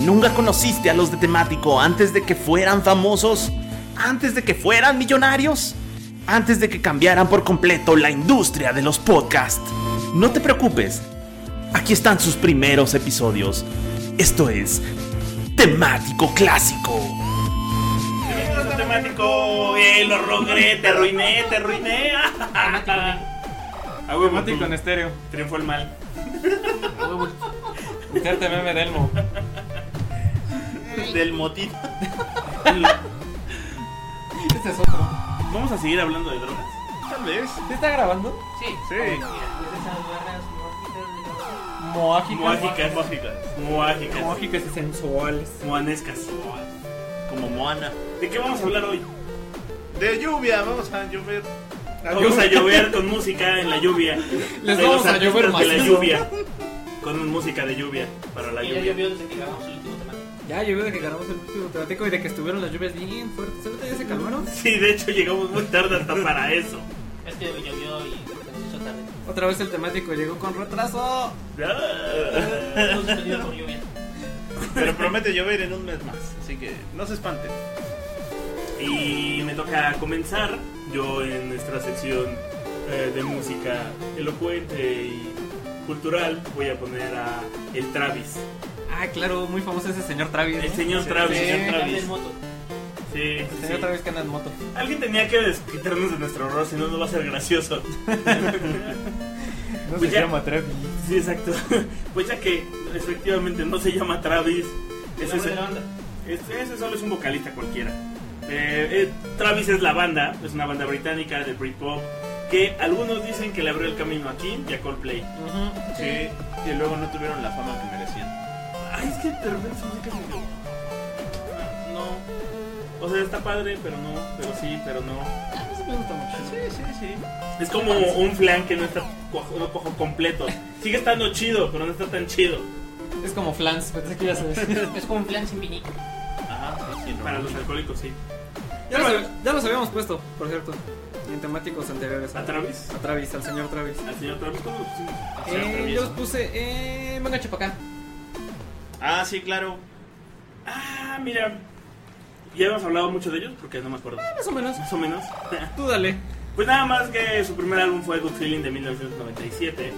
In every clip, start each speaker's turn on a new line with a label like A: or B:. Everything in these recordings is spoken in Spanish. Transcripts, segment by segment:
A: ¿Nunca conociste a los de temático antes de que fueran famosos? ¿Antes de que fueran millonarios? ¿Antes de que cambiaran por completo la industria de los podcasts? No te preocupes, aquí están sus primeros episodios. Esto es temático clásico.
B: Bienvenidos a temático, eh, lo logré, te arruiné, te arruiné.
C: A huevo Ah, con estéreo.
B: Triunfó el mal.
C: Inserte meme delmo.
B: Del motín.
C: Este es otro.
B: Vamos a seguir hablando de drogas.
D: Tal vez.
C: ¿Sí está grabando?
E: Sí.
D: Sí.
E: Esas barras mordidas
C: Moágicas.
B: Mágicas, mágicas. Mágicas.
C: Moágicas y sensuales.
B: Moanescas.
D: Como Moana.
B: ¿De qué vamos a hablar hoy?
D: De lluvia, vamos a llover.
C: Ah,
B: Vamos a llover con música en la lluvia.
C: Les
B: De
C: vamos
B: los
C: a
B: artistas
C: llover
B: de la
C: macizo.
B: lluvia. Con música de lluvia para la
E: de- Y ya llovió
B: lluvia.
E: desde que grabamos el último tema.
C: Ya llovió de que ganamos el último temático y de que estuvieron las lluvias bien fuertes. ¿Ahorita ya se calmaron?
B: Sí, de hecho llegamos muy tarde hasta para eso.
E: Es que llovió y se hizo tarde.
C: Otra vez el temático llegó con retraso.
E: Todo suspendido por lluvia.
D: Pero promete llover en un mes más. Así que no se espanten.
B: Y me toca comenzar yo en nuestra sección eh, de música elocuente y cultural. Voy a poner a el Travis,
C: Ah, claro, muy famoso ese señor Travis.
B: el
C: ¿no?
B: señor Travis,
C: Sí.
B: el señor
E: Anda
B: Travis.
E: en moto.
B: Sí,
C: El
B: sí.
C: señor Travis que anda en moto.
B: Alguien tenía que quitarnos de nuestro horror, si no, no va a ser gracioso.
C: No
B: Pues ya-
C: Travis.
B: Sí, exacto. Pues ya que efectivamente no se llama Travis,
E: El
B: ese,
E: nombre
B: es-
E: de la banda.
B: ese- ese solo es un vocalista cualquiera. Eh, eh, Travis es la banda, es una banda británica de Britpop que algunos dicen que le abrió el camino aquí y a Coldplay.
D: Sí. Y luego no tuvieron la fama que merecían.
B: Ay, es que de repente su música es como- No. O sea, está padre, pero no, pero sí, pero no.
C: me gusta mucho.
D: Sí, sí, sí.
B: Es como un flan que no está cuajo, no cuajo completo. Sigue estando chido, pero no está tan chido.
C: Es como Flans, pensé que ya sabes.
E: Es como un plan sin vinil.
D: Ajá, sí, sí. no.
B: Para los alcohólicos, sí.
C: Ya los, ya los habíamos puesto, por cierto. En temáticos anteriores.
B: A Travis,
C: A Travis, al señor Travis.
B: al señor Travis, ¿cómo lo pusimos? Al señor
C: Eh,
B: Travis.
C: yo los puse eh, Manga Chapacá.
D: Ah, sí, claro.
B: Ah, mira. Ya hemos hablado mucho de ellos porque no me acuerdo.
C: Más o menos.
B: Más o menos.
C: Tú dale.
B: Pues nada más que su primer álbum fue Good Feeling de 1997.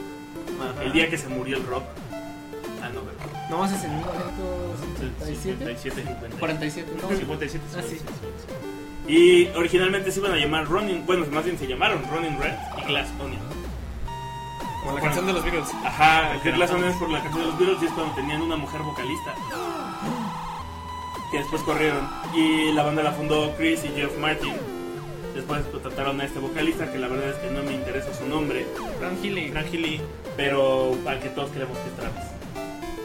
B: El día que se murió el rock. Ah, no, pero.
C: No más es en 1977.
B: 57.
C: 47, ¿no?
D: 57.
C: Ah, sí.
B: Y originalmente se iban a llamar Running, bueno, más bien se llamaron Running Red y Glass Onion.
C: Como la canción de los Beatles.
B: Ajá, que Glass Onion es por la canción de los Beatles y es cuando tenían una mujer vocalista. Que después corrieron. Y la banda la fundó Chris y Jeff Martin. Después contrataron a este vocalista, que la verdad es que no me interesa su nombre,
C: Fran Healy.
D: Frank Healy.
B: pero al que todos queremos que es Travis.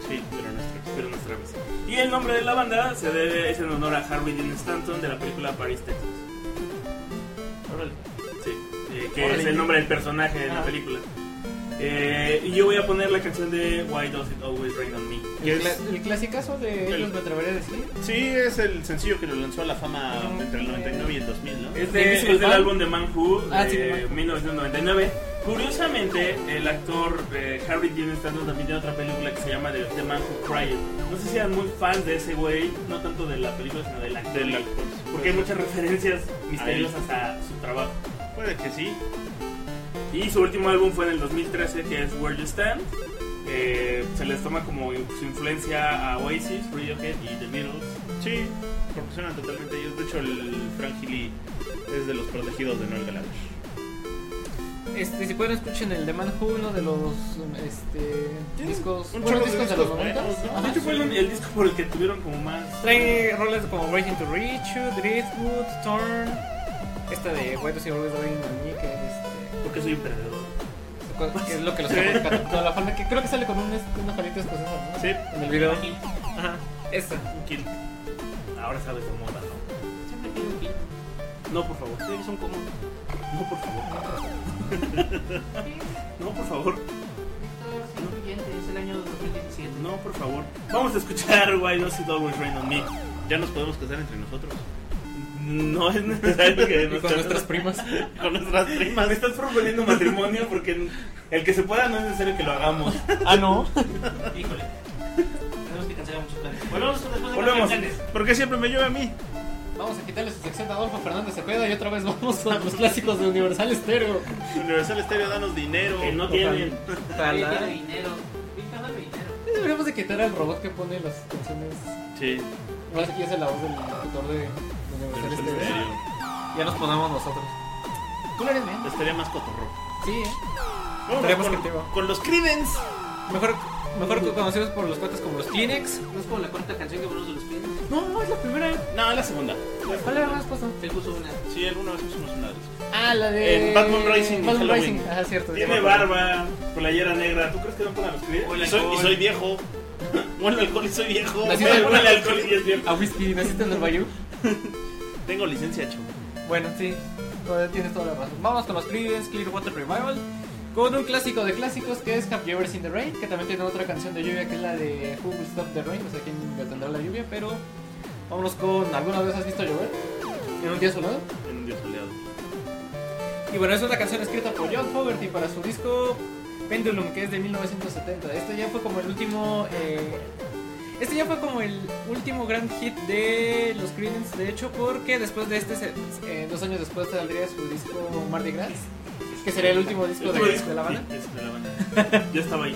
D: Sí, pero no está.
B: Pero no es Travis. Y el nombre de la banda se debe, es en honor a Harvey Dean Stanton de la película Paris, Texas.
D: Órale.
B: Sí, eh, que
C: Órale.
B: es el nombre del personaje de la
C: Ah.
B: película. Eh, y yo voy a poner la canción de Why Does It Always Rain on Me.
C: El, cla- el clasicazo de ellos me atrevería a decir.
D: Sí, es el sencillo que lo lanzó a la fama
C: Ujú.
D: entre el 99 y el 2000, ¿no?
B: Es,
C: ¿De
B: de-
C: qué
B: es
C: se
B: del
C: trata?
B: álbum de Man Who de
C: Ah, sí, de Man Who.
B: 1999. Curiosamente, el actor eh, Harry Dean Stanton también tiene otra película que se llama The, The Man Who Cried. No sé si eran muy fans de ese güey, no tanto de la película, sino del actor.
D: Del actor.
B: porque hay muchas referencias misteriosas a su trabajo.
D: Puede que sí.
B: Y su último álbum fue en el 2013, que es Where You Stand. Eh, se les toma como su influencia a Oasis, Radiohead y The Beatles.
D: Sí, porque suenan totalmente ellos. De hecho, el Frank Healy es de los protegidos de Noel Gallagher.
C: Este, si pueden escuchen el de Man Who, uno de los este, discos.
D: un
C: buenos
D: chorro de
C: discos de
D: discos
C: los 90.
D: buenos, ¿no?
B: De
C: Ajá.
B: hecho, fue el, el disco por el que tuvieron como más.
C: Trae roles como Raging to Reach You, Driftwood, Turn. Esta de Why Does He Always Rain on Me, que es,
B: Porque soy un perdedor.
C: este, que es lo que los está buscando. Con la falda que creo que sale con un, este, una palita escocesa, ¿no?
D: Sí,
C: En el video. Ajá, esa.
B: Un kill. Ahora sabes de moda, ¿no?
E: Siempre quiero un vinil.
B: No, por favor.
E: Ustedes son como.
B: No, por favor. No, por favor.
E: Esto es incluyente, es el año 2017.
B: No, por favor. Vamos a escuchar Why Does It Always Rain on Me.
D: ya nos podemos casar entre nosotros.
B: No es necesario que
C: Y
B: nos
C: con nuestras primas.
D: Con nuestras primas.
B: Me estás proponiendo matrimonio porque el que se pueda no es necesario que lo hagamos.
C: Ah, no.
E: Híjole. Tenemos que cancela muchos planes. Volvemos después de
D: Volvemos.
E: canciones.
D: ¿Por qué siempre me llueve a mí?
C: Vamos a quitarle su sección a Adolfo Fernández Cepeda y otra vez vamos con los clásicos de Universal Stereo.
D: Universal Stereo, danos dinero.
B: Que no tienen.
E: Ojalá.
C: Ojalá.
E: Tiene dinero. Víctor dame dinero.
C: Deberíamos de quitar al robot que pone las canciones.
D: Sí.
C: Ahora sí que hace la voz del locutor de de Universal
D: Universal
C: Stereo.
D: Stereo.
C: Ya nos ponemos nosotros. ¿Tú lo eres, man?
D: Estaría más cotorro.
C: Sí, eh. Estaría
D: Vamos
C: más
D: con,
C: creativo.
D: con los Creedence.
C: Mejor, mejor que conocidos por los cuates como los Kleenex.
E: No es como la cuarta canción que ponemos de los pies.
C: No, es la primera.
D: No, la segunda.
C: ¿Cuál era la más pasada?
E: Te puso una.
D: Sí, alguna vez pusimos una de esas.
C: Ah, la de.
D: En Batman Rising y
C: Batman
D: Halloween.
C: Rising, ajá, cierto.
B: Tiene barba, playera negra. ¿Tú crees que no para los
D: Y
B: críos?
D: soy, y soy viejo. Muero alcohol y soy viejo.
C: Nací
D: Muero
C: de-
D: el alcohol y es viejo.
C: A Whiskey, ¿naciste en el Bayou?
D: Tengo licencia, chavo.
C: Bueno, sí, todavía tienes toda la razón. Vamos con los Creedence Clearwater Revival. Con un clásico de clásicos que es Have You Ever Seen the Rain, que también tiene otra canción de lluvia que es la de Who Will Stop the Rain, o sea, quién detendrá la lluvia, pero vámonos con ¿Alguna vez has visto llover? En un día soleado.
D: En un día soleado.
C: Y bueno, es una canción escrita por John Fogerty para su disco Pendulum, que es de 1970. Este ya fue como el último. eh, este ya fue como el último gran hit de los Creedence, de hecho, porque después de este, se- eh, dos años después saldría su disco Mardi Gras, que sería el último disco de, de la banda.
B: Sí, es de la banda. Yo estaba ahí.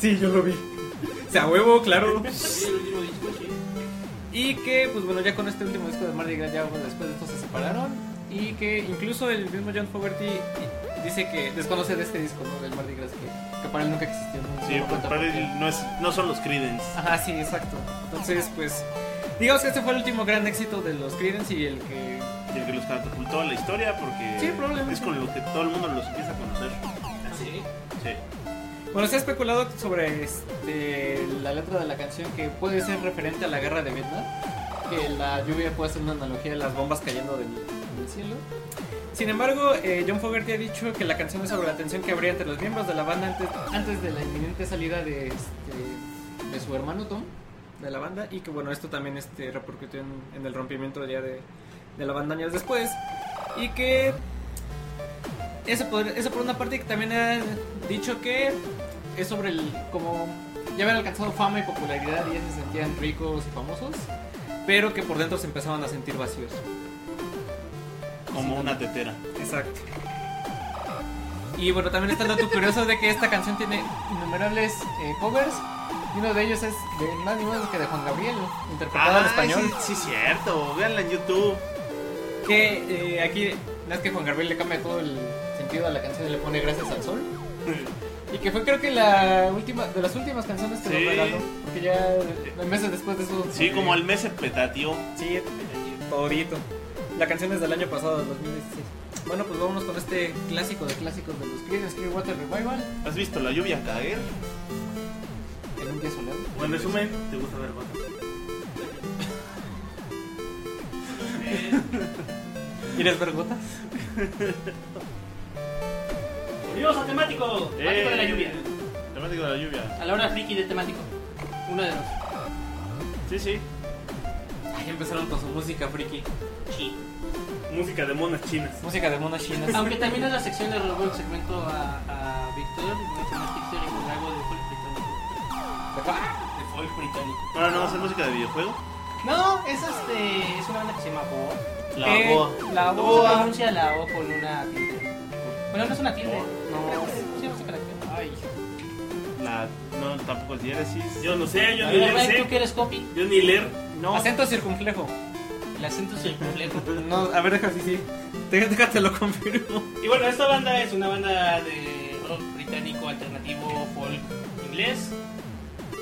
C: Sí, yo lo vi. O sea, huevo, claro.
E: Sí, el último disco, sí.
C: Y que, pues bueno, ya con este último disco de Mardi Gras, ya bueno, después de esto se separaron. Y que incluso el mismo John Fogerty dice que desconoce de este disco, ¿no? Del Mardi Gras, que, que para él nunca existió. ¿no?
D: Sí,
C: No
D: pero
C: cuenta
D: para
C: porque-
D: él no, es, no son los Creedence.
C: Ajá, sí, exacto. Entonces, pues, digamos que este fue el último gran éxito de los Creedence y el que.
D: Y el que los catapultó a la historia porque
C: Sí, probablemente.
D: es con lo que todo el mundo los empieza a conocer.
E: Sí.
D: Sí.
C: Bueno, se ha especulado sobre este, la letra de la canción que puede ser referente a la guerra de Vietnam, que la lluvia puede ser una analogía de las bombas cayendo del, del cielo. Sin embargo, eh, John Fogerty ha dicho que la canción es sobre la tensión que habría entre los miembros de la banda antes, antes de la inminente salida de, este, de su hermano Tom de la banda y que bueno, esto también este, repercutió en, en el rompimiento ya de, de la banda años después y que eso por, eso por una parte y que también ha dicho que es sobre el como ya habían alcanzado fama y popularidad y ya se sentían ricos y famosos, pero que por dentro se empezaban a sentir vacíos.
D: Como una tetera.
C: Exacto. Y bueno, también está el dato curioso de que esta canción tiene innumerables eh, covers. Y uno de ellos es de nada ni menos que de Juan Gabriel, interpretado al español.
D: Sí, sí, cierto. Veanla en YouTube.
C: Que eh, aquí, no es que Juan Gabriel le cambia todo el sentido a la canción y le pone Gracias al Sol. Y que fue creo que la última, de las últimas canciones que
D: Sí.
C: nos regaló. Porque ya meses después de eso.
D: Sí, como al mes se petateó.
C: Sí, favorito. La canción es del año pasado, del 2016. Bueno, pues vámonos con este clásico de clásicos de los Creedence Clearwater Revival.
D: ¿Has visto la lluvia caer?
C: En un día soleado.
B: O en resumen, ¿te gusta ver Gotham?
C: ¿Quieres ver gotas?
E: Volvimos a temático. Temático Oh, de la lluvia.
D: Temático de la lluvia.
E: A la hora friki de temático. Uno de los.
D: Sí, sí.
C: Ahí empezaron con su música friki.
E: Sí.
B: Música de monas chinas.
C: Música de monas chinas.
E: Aunque también en la sección le robó el segmento a, a Víctor. Voy a tener Víctor y con algo de folk británico. De folk británico.
D: Ahora no va a ser música de videojuego.
E: No, es, este, es una banda que se llama Boa.
D: La
C: Eh,
D: boa.
C: La
E: ¿Cómo se
C: boa.
E: pronuncia la O con una tilde? Bueno, no es una tilde. No. ¿Cómo se llama ese carácter?
C: Ay,
D: La. No, tampoco es diéresis.
B: Yo no sé, yo
E: A
B: ni
E: ver,
B: leer
E: Ryan, tú
B: sé.
E: que eres copy,
B: Yo ni leer.
C: no. Acento circunflejo.
E: el acento es el complejo.
C: No, a ver, déjame, sí, sí. Dé- Déjate lo confirmo.
E: Y bueno, esta banda es una banda de rock británico alternativo folk inglés.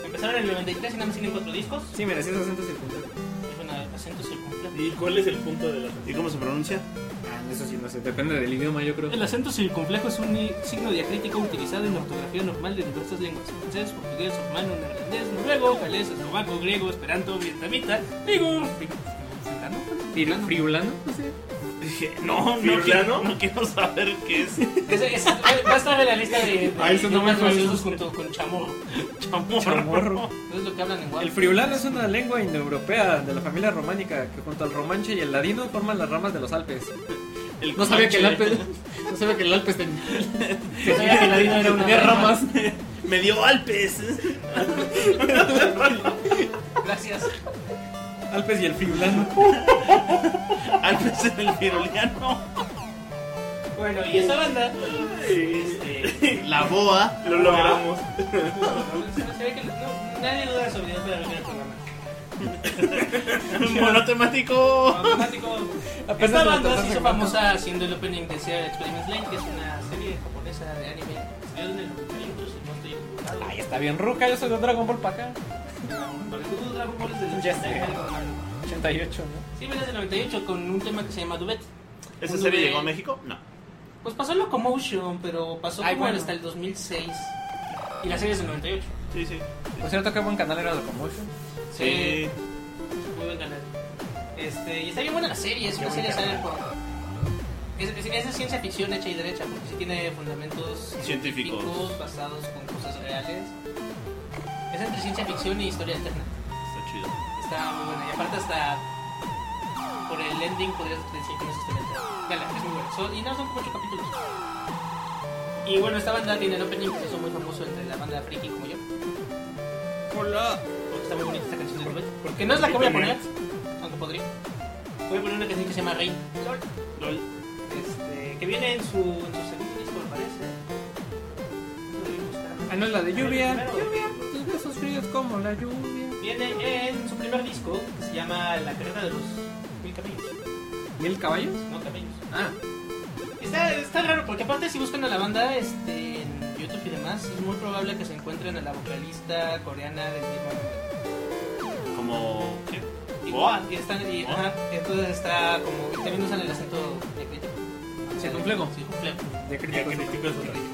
E: Empezaron en el 93 y nada más tienen cuatro discos.
C: Sí, mira, sí es acento circunflejo.
E: Es un acento circunflejo.
B: ¿Y cuál es el punto de la canción?
D: ¿Y cómo se pronuncia?
C: Ah, eso sí, no sé. Depende del idioma, yo creo.
E: El acento circunflejo es un i- signo diacrítico utilizado en la ortografía normal de diversas lenguas: francés, portugués, rumano, neerlandés, noruego, galés, eslovaco, griego, esperanto, vietnamita, digo, fri-
C: Fri-
E: ¿filano?
C: Friulano, no sé.
D: Dije, no, no
B: ¿Firulano?
D: quiero, no quiero saber qué es.
E: Es- es- va a estar en la lista de, de
C: Ah, eso no me
E: idiomas
C: acuerdo.
E: graciosos junto con chamorro.
D: Chamorro.
C: Chamorro.
E: No es lo que hablan en Guam.
C: El friulano es una lengua indoeuropea de la familia románica que junto al romanche y el ladino forman las ramas de los Alpes.
D: El
C: No sabía que el
D: coche.
C: Alpes, no sabía que el Alpes tenía,
E: No sabía que el ladino era una
C: tenía ramas.
D: Me dio Alpes.
E: Gracias.
F: Alpes y el Finland.
D: Alpes en el Viroliano.
E: Bueno, y esa banda. Este.
D: La boa.
B: Lo logramos.
E: no, se ve que no- nadie duda de su habilidad para ver el programa.
D: Monotemático.
E: Automático.
F: Apenas
E: Esta
F: lo
E: banda
F: trataste
E: se hizo
F: de
E: famosa haciendo el opening de Serial Experiment Line, que es una serie japonesa de anime. Salió en el 91, si no estoy equivocado.
C: Ah,
F: Ay, está bien ruca, yo soy de Dragon Ball para acá.
E: Porque tú Dragon Ball es del
F: Ya
E: 80 y
F: sé.
E: algo, ¿no?
F: 88, ¿no?
E: Sí, vienes del 98 con un tema que se llama Duvet.
D: ¿Esa
E: Un
D: serie
E: duvet-
D: llegó a México? No.
E: Pues pasó Locomotion, pero pasó
F: Ay,
E: como
F: bueno.
E: hasta el 2006. Y la serie es del 98.
D: Sí, sí.
F: Por cierto, qué buen canal era Locomotion.
E: Sí.
D: Sí.
E: Muy buen canal. Este, y está bien buena la serie, es una serie sana con... Es, es- es de ciencia ficción hecha y derecha, porque sí tiene fundamentos
D: Científicos.
E: basados con cosas reales. Es entre ciencia ficción y historia alterna.
D: Está chido.
E: Está muy buena. Y aparte hasta por el ending podrías decir que no es historia alterna. Vela, es muy buena. Son- y no son como ocho capítulos. Y bueno, esta banda tiene el opening que se hizo muy famoso entre la banda friki como yo.
D: Hola.
E: Porque está muy bonita esta canción de Robert. Porque no es la que voy a poner, aunque podría. Voy a poner una canción que se llama Rain.
D: LOL.
E: Este, que viene en su, en su segundo disco, me parece. Lo debí buscar.
F: Ah, no es la de lluvia.
E: Primero.
F: Tus besos fríos como la lluvia.
E: Viene en su primer disco, que se llama La carrera de los mil camellos.
F: ¿Mil caballos?
E: No camellos.
F: Ah,
E: Está, está raro, porque aparte si buscan a la banda este, en YouTube y demás, es muy probable que se encuentren a la vocalista coreana del mismo nombre.
D: Como. ¿Qué?
E: Y,
D: Boa.
E: y están, y,
D: Boa.
E: ajá, entonces está como. Y también usan el acento circunflejo.
F: Circunflejo.
E: Circunflejo.
F: de
B: Ya
F: críticos.
B: critico eso también.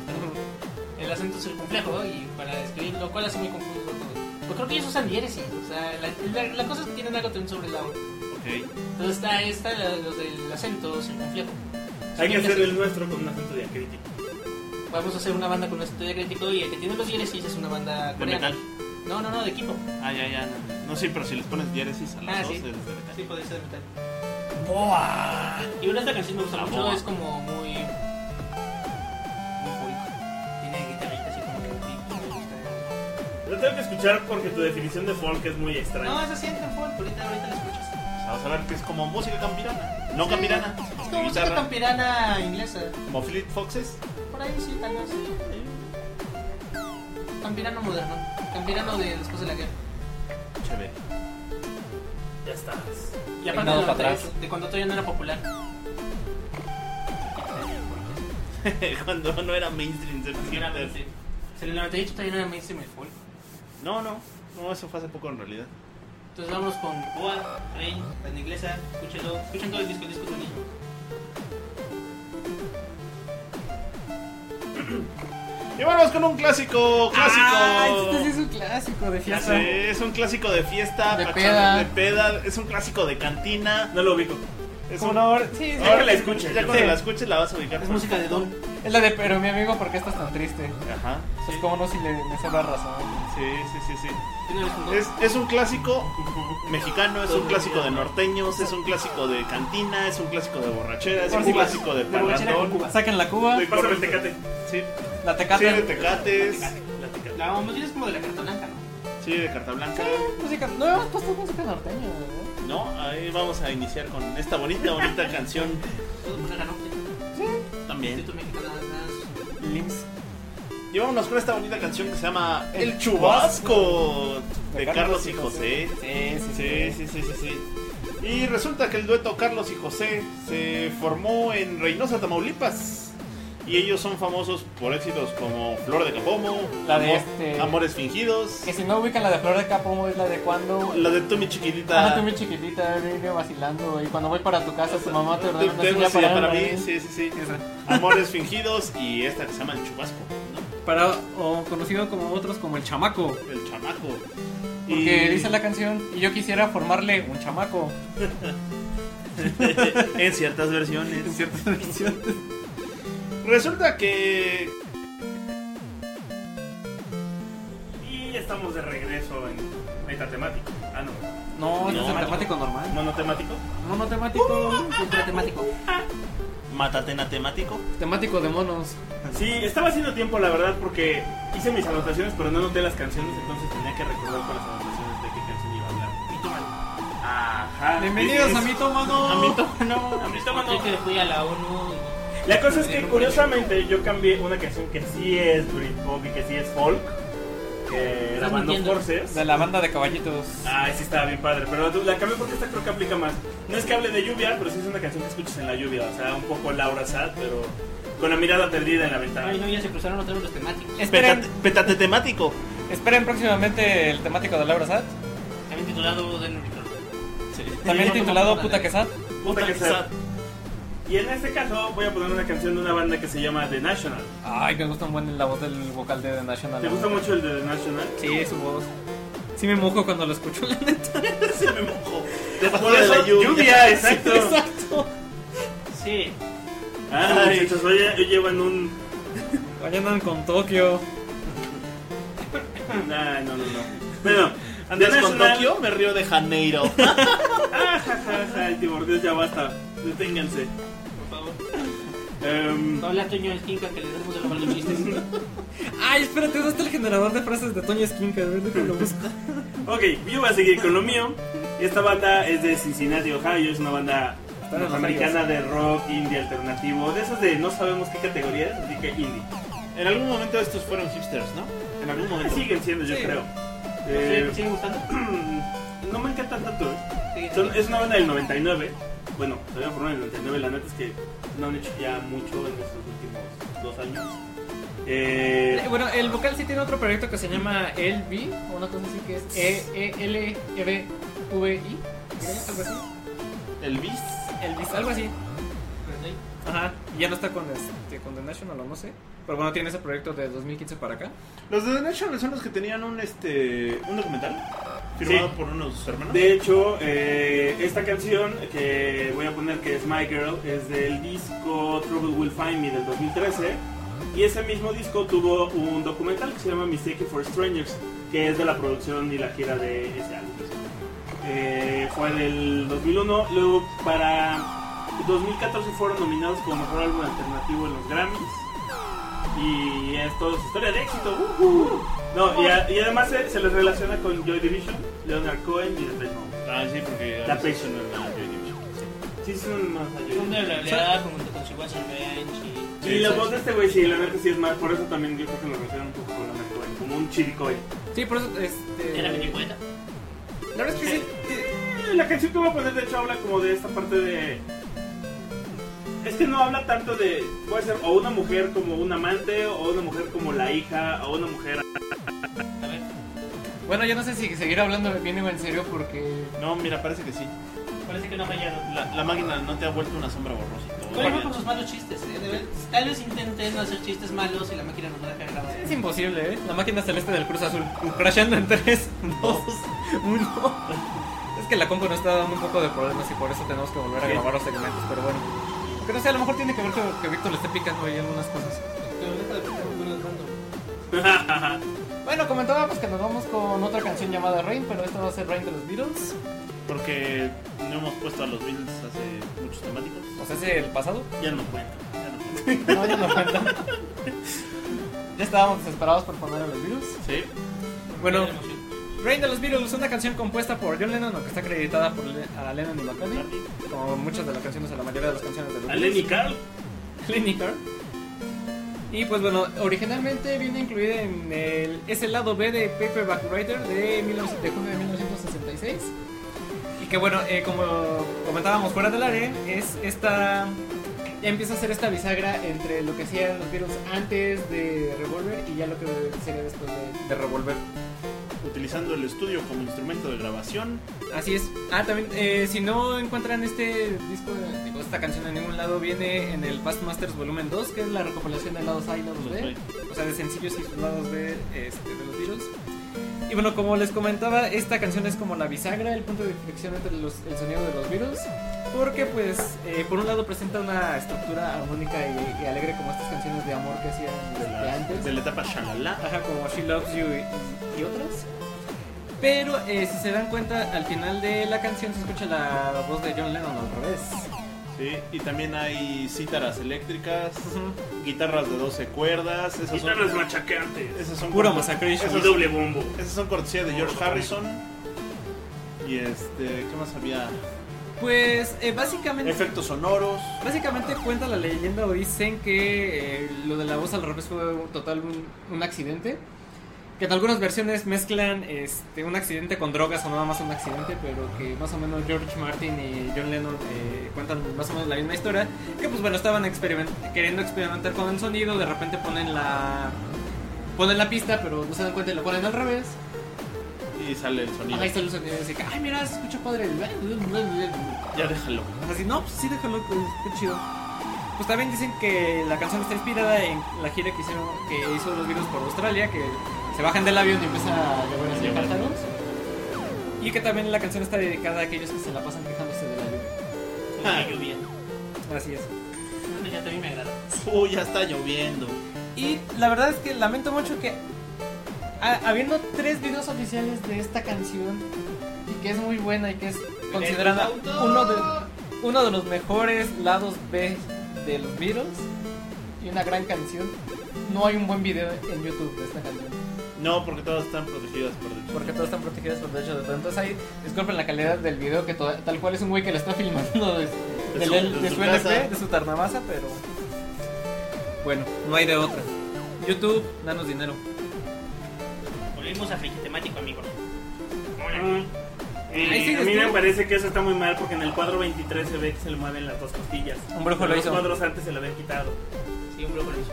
E: El acento circunflejo y para escribir, lo cual hace muy confuso todo. Pero creo que ellos usan diéresis. O sea, la, la- la cosa es que tienen algo también sobre la O.
D: Ok.
E: Entonces está esta, la- los del acento circunflejo.
B: Hay que
E: Son
B: hacer
E: ingleses.
B: el nuestro con un acento diacrítico.
E: Vamos a hacer una banda con un acento diacrítico y el que tiene los diéresis es una banda
D: De
E: coreana.
D: metal.
E: No, no, no, de equipo.
D: Ah, ya, ya. No, no sí, pero si les pones diéresis a las
E: Ah,
D: dos,
E: sí.
D: es de metal.
E: Sí, puede ser de metal.
D: Boa.
E: Y una de las canciones me gusta
D: La
E: mucho,
D: boa.
E: es como muy. muy folk. Tiene guitarrita así como que. me gusta.
B: Lo tengo que escuchar porque tu definición de folk es muy
E: No,
B: extraña.
E: esa sí entra en folk, ahorita, ahorita la escuchas.
D: Vamos a ver que es como música campirana. No
E: Sí,
D: campirana.
E: Es como música
D: guitarra.
E: campirana inglesa.
D: Como Fleet Foxes.
E: Por ahí sí, tal vez. Campirano moderno. Campirano de después de la guerra.
D: Chévere.
B: Ya estás.
E: Y aparte
F: Peinados
E: de,
F: para atrás.
E: de cuando todavía no era popular.
D: Cuando no era mainstream, se
E: Porque
D: pusieron
E: era
D: a ver.
E: mainstream. O sea, En el 98 todavía no era mainstream el folk.
D: No, no. No, eso fue hace poco en realidad.
E: Entonces vamos con Boa, Rey, banda inglesa, escúchenlo, escuchen todo el disco, el disco es buenísimo.
D: Y vamos con un clásico, clásico.
F: Ah, este sí es un clásico de
D: Ya
F: fiesta.
D: sé, es un clásico de fiesta,
C: De
D: pachanga,
C: peda.
D: de peda, es un clásico de cantina.
B: No lo ubico.
D: Es
F: Como
D: un...
F: una hora- Sí, sí.
D: Ahora
B: que la
D: Ya
B: escuches,
D: cuando
B: sí.
D: la escuches la vas a ubicar.
E: Es música de Don.
C: Es la de pero mi amigo, ¿por qué estás tan triste?
D: Ajá.
C: Pues cómo no si le me se da razón.
D: Sí, sí, sí, sí.
E: ¿Tiene un don?
D: Es, es un clásico mexicano, es un clásico de norteños, es un clásico de cantina, es un clásico de borrachera, es
E: Por
D: un
E: Cuba.
D: clásico de
E: De borrachera con
D: parrandón.
E: Cuba.
C: Saquen la cuba,
D: De-
B: Pásame el tecate.
D: Sí,
C: la
D: sí,
C: tecate.
D: de tecates,
B: La tecate.
E: La mamotina Ah, es como de la cartonanja, ¿no?
D: sí, de carta blanca.
C: música, Pues, no hemos puesto música norteña, ¿verdad?
D: No, ahí vamos a iniciar con esta bonita, bonita canción
E: Todo por ser ganante.
D: también.
E: Instituto Mexicano de Danzas.
C: Limbs.
D: Y vámonos con esta bonita canción que se llama El Chubasco de Carlos y José.
C: ¿eh? Sí, sí,
D: Sí, sí, sí, sí, sí. Y resulta que el dueto Carlos y José se formó en Reynosa, Tamaulipas. Y ellos son famosos por éxitos como Flor de Capomo,
C: La de
D: Amo-
C: este-
D: Amores Fingidos,
C: Que si no ubican la de Flor de Capomo es la de cuando...
D: la de Tú mi
C: Ah,
D: chiquitita.
C: tú mi chiquitita, vine vacilando y cuando voy para tu casa tu mamá te ordena una ¿eh?
D: Tengo
C: silla
D: silla
C: para,
D: para mí,
C: mí.
D: sí, sí, sí. Amores Fingidos y esta que se llama El Chubasco, ¿no?
F: Para, o conocido como otros como el chamaco.
D: El Chamaco.
C: Porque dice la canción y yo quisiera formarle un chamaco.
D: en ciertas versiones. En ciertas versiones. Resulta que
B: Y ya estamos de regreso en metatemático. Ah, no.
C: No,
D: No,
C: no, es el
D: macho.
C: temático normal.
B: Monotemático.
C: Mono temático.
E: Ultra temático.
D: Matatena temático.
C: Temático de monos.
B: Sí, estaba haciendo tiempo, la verdad, porque hice mis anotaciones, pero no noté las canciones, entonces tenía que recordar con las anotaciones de qué canción iba a hablar.
E: Mitómano.
B: Ajá.
C: Bienvenidos
B: Es-
C: a mi tomado.
D: A mí to- no.
B: a Mitómano.
E: Yo que fui a la ONU y
B: La cosa es que curiosamente yo cambié una canción que sí es Britpop y que sí es folk, que era
E: Estás
B: Band of
E: mintiendo.
B: Forces.
C: De la banda de caballitos.
B: Ay, sí estaba bien padre, pero la cambié porque esta creo que aplica más. No es que hable de lluvia, pero sí es una canción que escuchas en la lluvia, o sea, un poco Laura Sad, pero con la mirada perdida en la ventana.
E: Ay, no, ya se cruzaron otra vez los temáticos.
C: Esperen,
A: Petate, petate temático.
C: esperen próximamente el temático de Laura Sat.
E: También titulado Denver Return.
C: También titulado Puta que Sat.
B: Puta que sad. Y en este caso voy a poner una canción de una banda que se llama The National.
C: Ay, me gusta un buen la voz del vocal de The National.
D: Ah.
B: ¿Te gusta mucho el de The National?
C: Sí, su voz. Sí me mojo cuando lo escucho, la neta.
D: Se me mojó.
B: Por
D: Debajo de la
B: eso,
D: lluvia.
B: lluvia, exacto.
C: Exacto.
E: Sí.
B: Ah,
D: Ay.
B: muchachos, hoy, hoy llevan un...
C: Hoy andan con Tokio.
B: Nah, no, no, no. Bueno,
D: ¿Andas
B: The
D: con
B: National-
D: Tokio? Me río de Janeiro.
B: Ah, ja, ja, ja, el Dios ya basta. Deténganse.
E: Por favor.
B: Em,
E: No habla Toño Esquinca que le demos de robar los
B: Eh,
E: chistes.
C: Ay, espérate, ¿dónde está el generador de frases de Toño Esquinca? A ver, déjalo busco.
B: ok, yo voy a seguir con lo mío. Esta banda es de Cincinnati, Ohio. Es una banda
C: Están en los
B: norteamericana de rock, indie, alternativo. De esas de no sabemos qué categoría es, así que indie.
D: En algún momento estos fueron hipsters, ¿no? En algún
B: Ah,
D: momento.
B: Siguen siendo, yo
C: Sí.
B: creo.
E: ¿Sí?
B: Eh,
E: ¿Sigue gustando?
B: no me encantan tanto. eh.
E: Sigue.
B: Son- es una banda del 99. Bueno, se habían formado en el 99. La neta es que no han hecho ya mucho en estos últimos dos años. Eh,
C: Eh, Bueno, el vocal sí tiene otro proyecto que se llama LV, o una cosa así que es E, E-E-L-E-V-V-I. Algo así.
D: El bis.
C: Elvis, algo así.
E: Sí.
C: Ajá. Y ya no está con, este, con The National, o no sé. Pero bueno, tiene ese proyecto de 2015 para acá.
D: Los de The National son los que tenían un este un documental firmado
B: Sí.
D: por unos hermanos.
B: De hecho, eh, esta canción que voy a poner que es My Girl es del disco Trouble Will Find Me del 2013 y ese mismo disco tuvo un documental que se llama Mistake for Strangers que es de la producción y la gira de ese álbum. Eh, fue del 2001, luego para 2014 fueron nominados como mejor álbum alternativo en los Grammys y es toda su historia de éxito. ¡Ujú! No, y, a- y además eh, se, se les relaciona con Joy Division, Leonard Cohen y The Pet
D: Ah, sí, porque
B: La
D: ah,
B: Peixe.
D: no era Joy Division.
B: Sí, son más
E: Son de
B: mayores.
E: la realidad junto con Chihuahua Revenge y...
B: Y la voz de este güey, sí, la neta sí es más. Por eso también yo creo que lo relacionan un poco con la Mercoel, como un chiricoy.
C: Sí, por eso, este...
E: Era mi cuenta.
C: La verdad es que sí.
B: Eh, La canción que voy a poner, de hecho, habla como de esta parte de. Es que no habla tanto de. Puede ser o una mujer como un amante, o una mujer como la hija, o una mujer.
E: A ver,
C: Bueno, yo no sé si seguir hablando bien o en serio porque...
D: No, mira, parece que sí.
E: parece que no me hallaron.
D: La, la máquina no te ha vuelto una sombra borrosa.
E: Problema con sus malos chistes, ¿eh? De ver- tal vez intenten no hacer chistes malos y la máquina nos va a dejar grabar.
C: Es imposible, ¿eh? La máquina celeste del Cruz Azul. Crashando en 3, 2, 1. Es que la compu nos está dando un poco de problemas y por eso tenemos que volver a grabar los segmentos, pero bueno. Que no sé, a lo mejor tiene que ver con que Víctor le esté picando ahí algunas cosas.
E: Pero deja de pensar en Bruno Random.
C: Bueno, comentábamos que nos vamos con otra canción llamada Rain, pero esta va a ser Rain de los Beatles.
D: Porque no hemos puesto a los Beatles hace muchos temáticos.
C: O sea, es el pasado.
D: Ya no cuenta. Ya no cuenta.
C: No, ya no cuenta. Ya estábamos desesperados por poner a los Beatles.
D: Sí.
C: Bueno,
E: Tenemos un-
C: Rain de los Beatles, una canción compuesta por John Lennon, aunque está acreditada por Le- a Lennon y McCartney, como muchas de las canciones, o la mayoría de las canciones de los
B: A
C: Beatles.
B: Lenny Carl.
C: Clinicar. Y pues bueno, originalmente viene incluida en el, es el lado B de Paperback Writer de, 19 de junio de 1966. Y que bueno, eh, como comentábamos fuera del área, es esta. Ya empieza a ser esta bisagra entre lo que hacían los Beatles antes de Revolver y ya lo que sería después de, de Revolver.
D: Utilizando el estudio como instrumento de grabación.
C: Así es. Ah, también, eh, si no encuentran este disco, eh, digo, esta canción en ningún lado, viene en el Past Masters Volumen 2, que es la recopilación de lados A y lados B. O sea, de sencillos y sus lados B este, de los Beatles. Y bueno, como les comentaba, esta canción es como la bisagra, el punto de inflexión entre los- el sonido de los Beatles. Porque, pues, eh, por un lado presenta una estructura armónica y, y alegre como estas canciones de amor que hacían
D: De
C: este,
D: la,
C: antes.
D: de la etapa Shalala.
C: Ajá, como She Loves You y, y otras. Pero eh, si se dan cuenta, al final de la canción se escucha la voz de John Lennon al revés.
D: Sí. Y también hay cítaras eléctricas, guitarras de 12 cuerdas. Esas son-
B: Guitarras machacantes.
D: Esas son
C: Puro
D: cortes-
C: masacration.
B: Es un doble bombo.
D: Esas son cortesía de George Harrison. Y este, ¿qué más había?
C: Pues eh, básicamente.
D: Efectos sonoros.
C: Básicamente cuenta la leyenda o dicen que eh, lo de la voz al revés fue un total un, un accidente. Que en algunas versiones mezclan este, un accidente con drogas o nada más un accidente, pero que más o menos George Martin y John Lennon eh, cuentan más o menos la misma historia. Que pues bueno, estaban experiment- queriendo experimentar con el sonido, de repente ponen la ponen la pista, pero no se dan cuenta y lo ponen al revés.
D: Y sale el sonido.
C: Ajá, ahí está el sonido y así que, ay mira, se escucha padre.
D: Ya déjalo.
C: Así, no, pues sí, déjalo, pues, qué chido. Pues también dicen que la canción está inspirada en la gira que hicieron, que hizo los virus por Australia, que se bajan del avión y empieza a llover así
D: Llover.
C: pártanos. Y que también la canción está dedicada a aquellos que se la pasan quejándose de la lluvia.
E: La lluvia.
C: Así es.
E: Ya también me agrada.
D: Uy, ya está lloviendo.
C: Y la verdad es que lamento mucho que a- habiendo tres videos oficiales de esta canción y que es muy buena y que es considerada uno de uno de los mejores lados B de los Beatles y una gran canción, no hay un buen video en YouTube de esta canción
D: No, porque todas están protegidas por derechos.
C: porque todas están protegidas por derechos de autor. Entonces ahí disculpen la calidad del video que toda- tal cual es un güey que lo está filmando de,
D: De
C: del-
D: su-
C: de su,
D: de su
C: LP,
D: casa.
C: de su tarnamasa, pero bueno, no hay de otra. YouTube, danos dinero.
E: Volvimos a Frigitemático, amigo.
B: Y
C: Ahí sigues
B: a mí me
C: tú.
B: parece que eso está muy mal porque en el cuadro 23 se ve que se le mueven las dos costillas.
C: Un brujo lo
B: Los
C: hizo.
B: cuadros antes se lo habían quitado.
E: Sí, un poco lo hizo.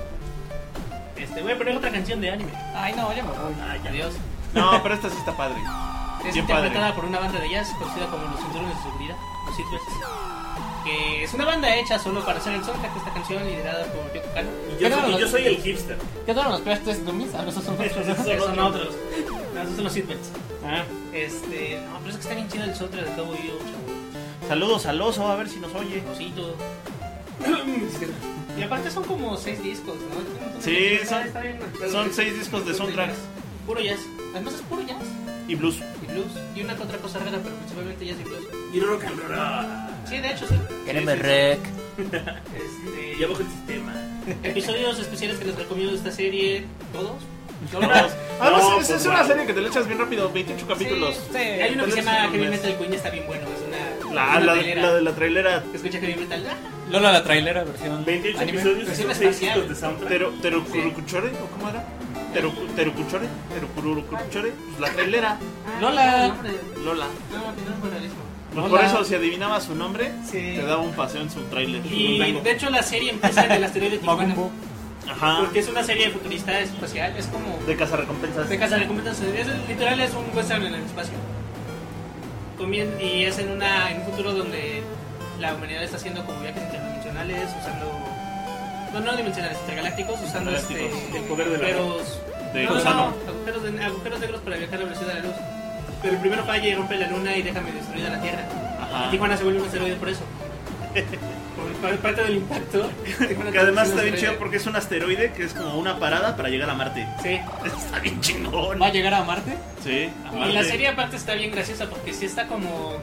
E: Este, voy a poner otra canción de anime.
C: Ay, no, ya me voy.
E: Ay, adiós.
D: No, pero esta sí está padre.
E: Es
D: Bien
E: interpretada
D: padre.
E: por una banda de jazz conocida como los cinturones de seguridad, los Seatbelts, que es una banda hecha solo para hacer el soundtrack de esta canción liderada por Yoko Kano.
B: Y yo,
C: Pero
B: soy- y
C: los-
B: yo soy el hipster.
C: ¿Qué tal los peores test dummies? A nosotros son
E: Esos
C: otros.
E: son otros. No, esos son los Seatbelts.
B: Ah,
E: Este, no, pero es que está bien chido el soundtrack de Cowboy Bebop, chavo.
D: Saludos al oso, a ver si nos oye.
E: Osito. Y aparte son como seis discos, ¿no? Entonces,
D: Sí,
E: está-
D: son-
E: está bien,
D: Son seis discos de soundtracks
E: Puro jazz. Además es puro jazz
D: y blues.
E: y blues. Y una que otra cosa rara, pero principalmente jazz y blues.
B: Y rock and roll.
E: Sí, de hecho, sí.
C: Quereme rec.
E: Este,
B: Ya bajo el sistema.
E: episodios especiales que les recomiendo de esta serie, todos. Todos.
D: Además,
B: No,
D: es,
B: pues,
D: es una
B: vale.
D: serie que te le echas bien rápido, 28 capítulos.
E: Sí, sí. Hay uno que se
D: Entonces,
E: llama
D: no
E: Heavy
D: ves.
E: Metal Queen, está bien bueno, es una.
D: La,
E: una
D: la-
E: trailera.
D: la de la trailera
E: Que Escucha Heavy Metal. ah,
C: Lola la trailera versión
B: 28
C: anime.
B: episodios y
E: Versión
B: son seis
E: espacial.
B: discos de soundtrack.
D: Tero, Terocurucuchore, ¿o cómo era? Terocu- Terocuchore, Terocurucuchore, pues la trailera,
E: No,
C: Lola.
E: hombre,
D: Lola.
E: no, no, no, realismo.
D: Pues
C: Lola.
D: por eso, si adivinaba su nombre,
E: Sí.
D: te daba un paseo en su trailer.
E: Y de hecho, la serie empieza en el asteroide de Tijuana.
C: Magumbo.
D: Ajá,
E: Porque es una serie futurista espacial, es como.
D: de casa recompensas.
E: De casa recomiendas, es, literal es un western en el espacio. Comien- y es en, una, en un futuro donde la humanidad está haciendo como viajes interdimensionales, usando... No, no dimensionales, intergalácticos, usando este,
D: Intergalácticos.
B: El poder de la
E: agujeros...
D: De
E: no, no,
D: gusano.
E: no, agujeros, de- agujeros negros para viajar a la velocidad de la luz. Pero el primero falla y rompe la luna y deja medio destruida la Tierra.
D: Ajá.
E: Y Tijuana se vuelve un asteroide por eso. Por por parte del impacto. Tijuana
D: Que además
E: se
D: está bien
E: vuelve un
D: chido
E: asteroide.
D: porque es un asteroide que es como una parada para llegar a Marte.
E: Sí.
D: Está bien chingón.
C: ¿Va a llegar a Marte?
D: Sí, a Marte.
E: Y la serie aparte está bien graciosa porque sí está como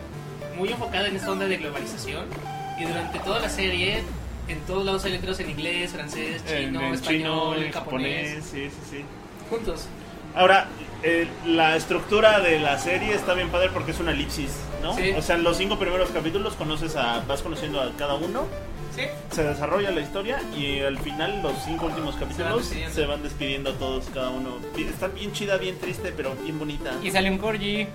E: muy enfocada en esta onda de globalización. Y durante toda la serie, en todos lados hay letreros en inglés, francés,
D: En-
E: chino,
D: en
E: español,
D: en japonés,
E: japonés,
D: sí, sí, sí.
E: Juntos.
D: Ahora, eh, la estructura de la serie está bien padre porque es una elipsis, ¿no?
E: Sí.
D: O sea, en los cinco primeros capítulos conoces a, vas conociendo a cada uno,
E: Sí.
D: se desarrolla la historia y al final los cinco últimos capítulos se van,
E: despidiendo.
D: despidiendo todos, cada uno. Y Está bien chida, bien triste, pero bien bonita.
C: Y sale un Corgi.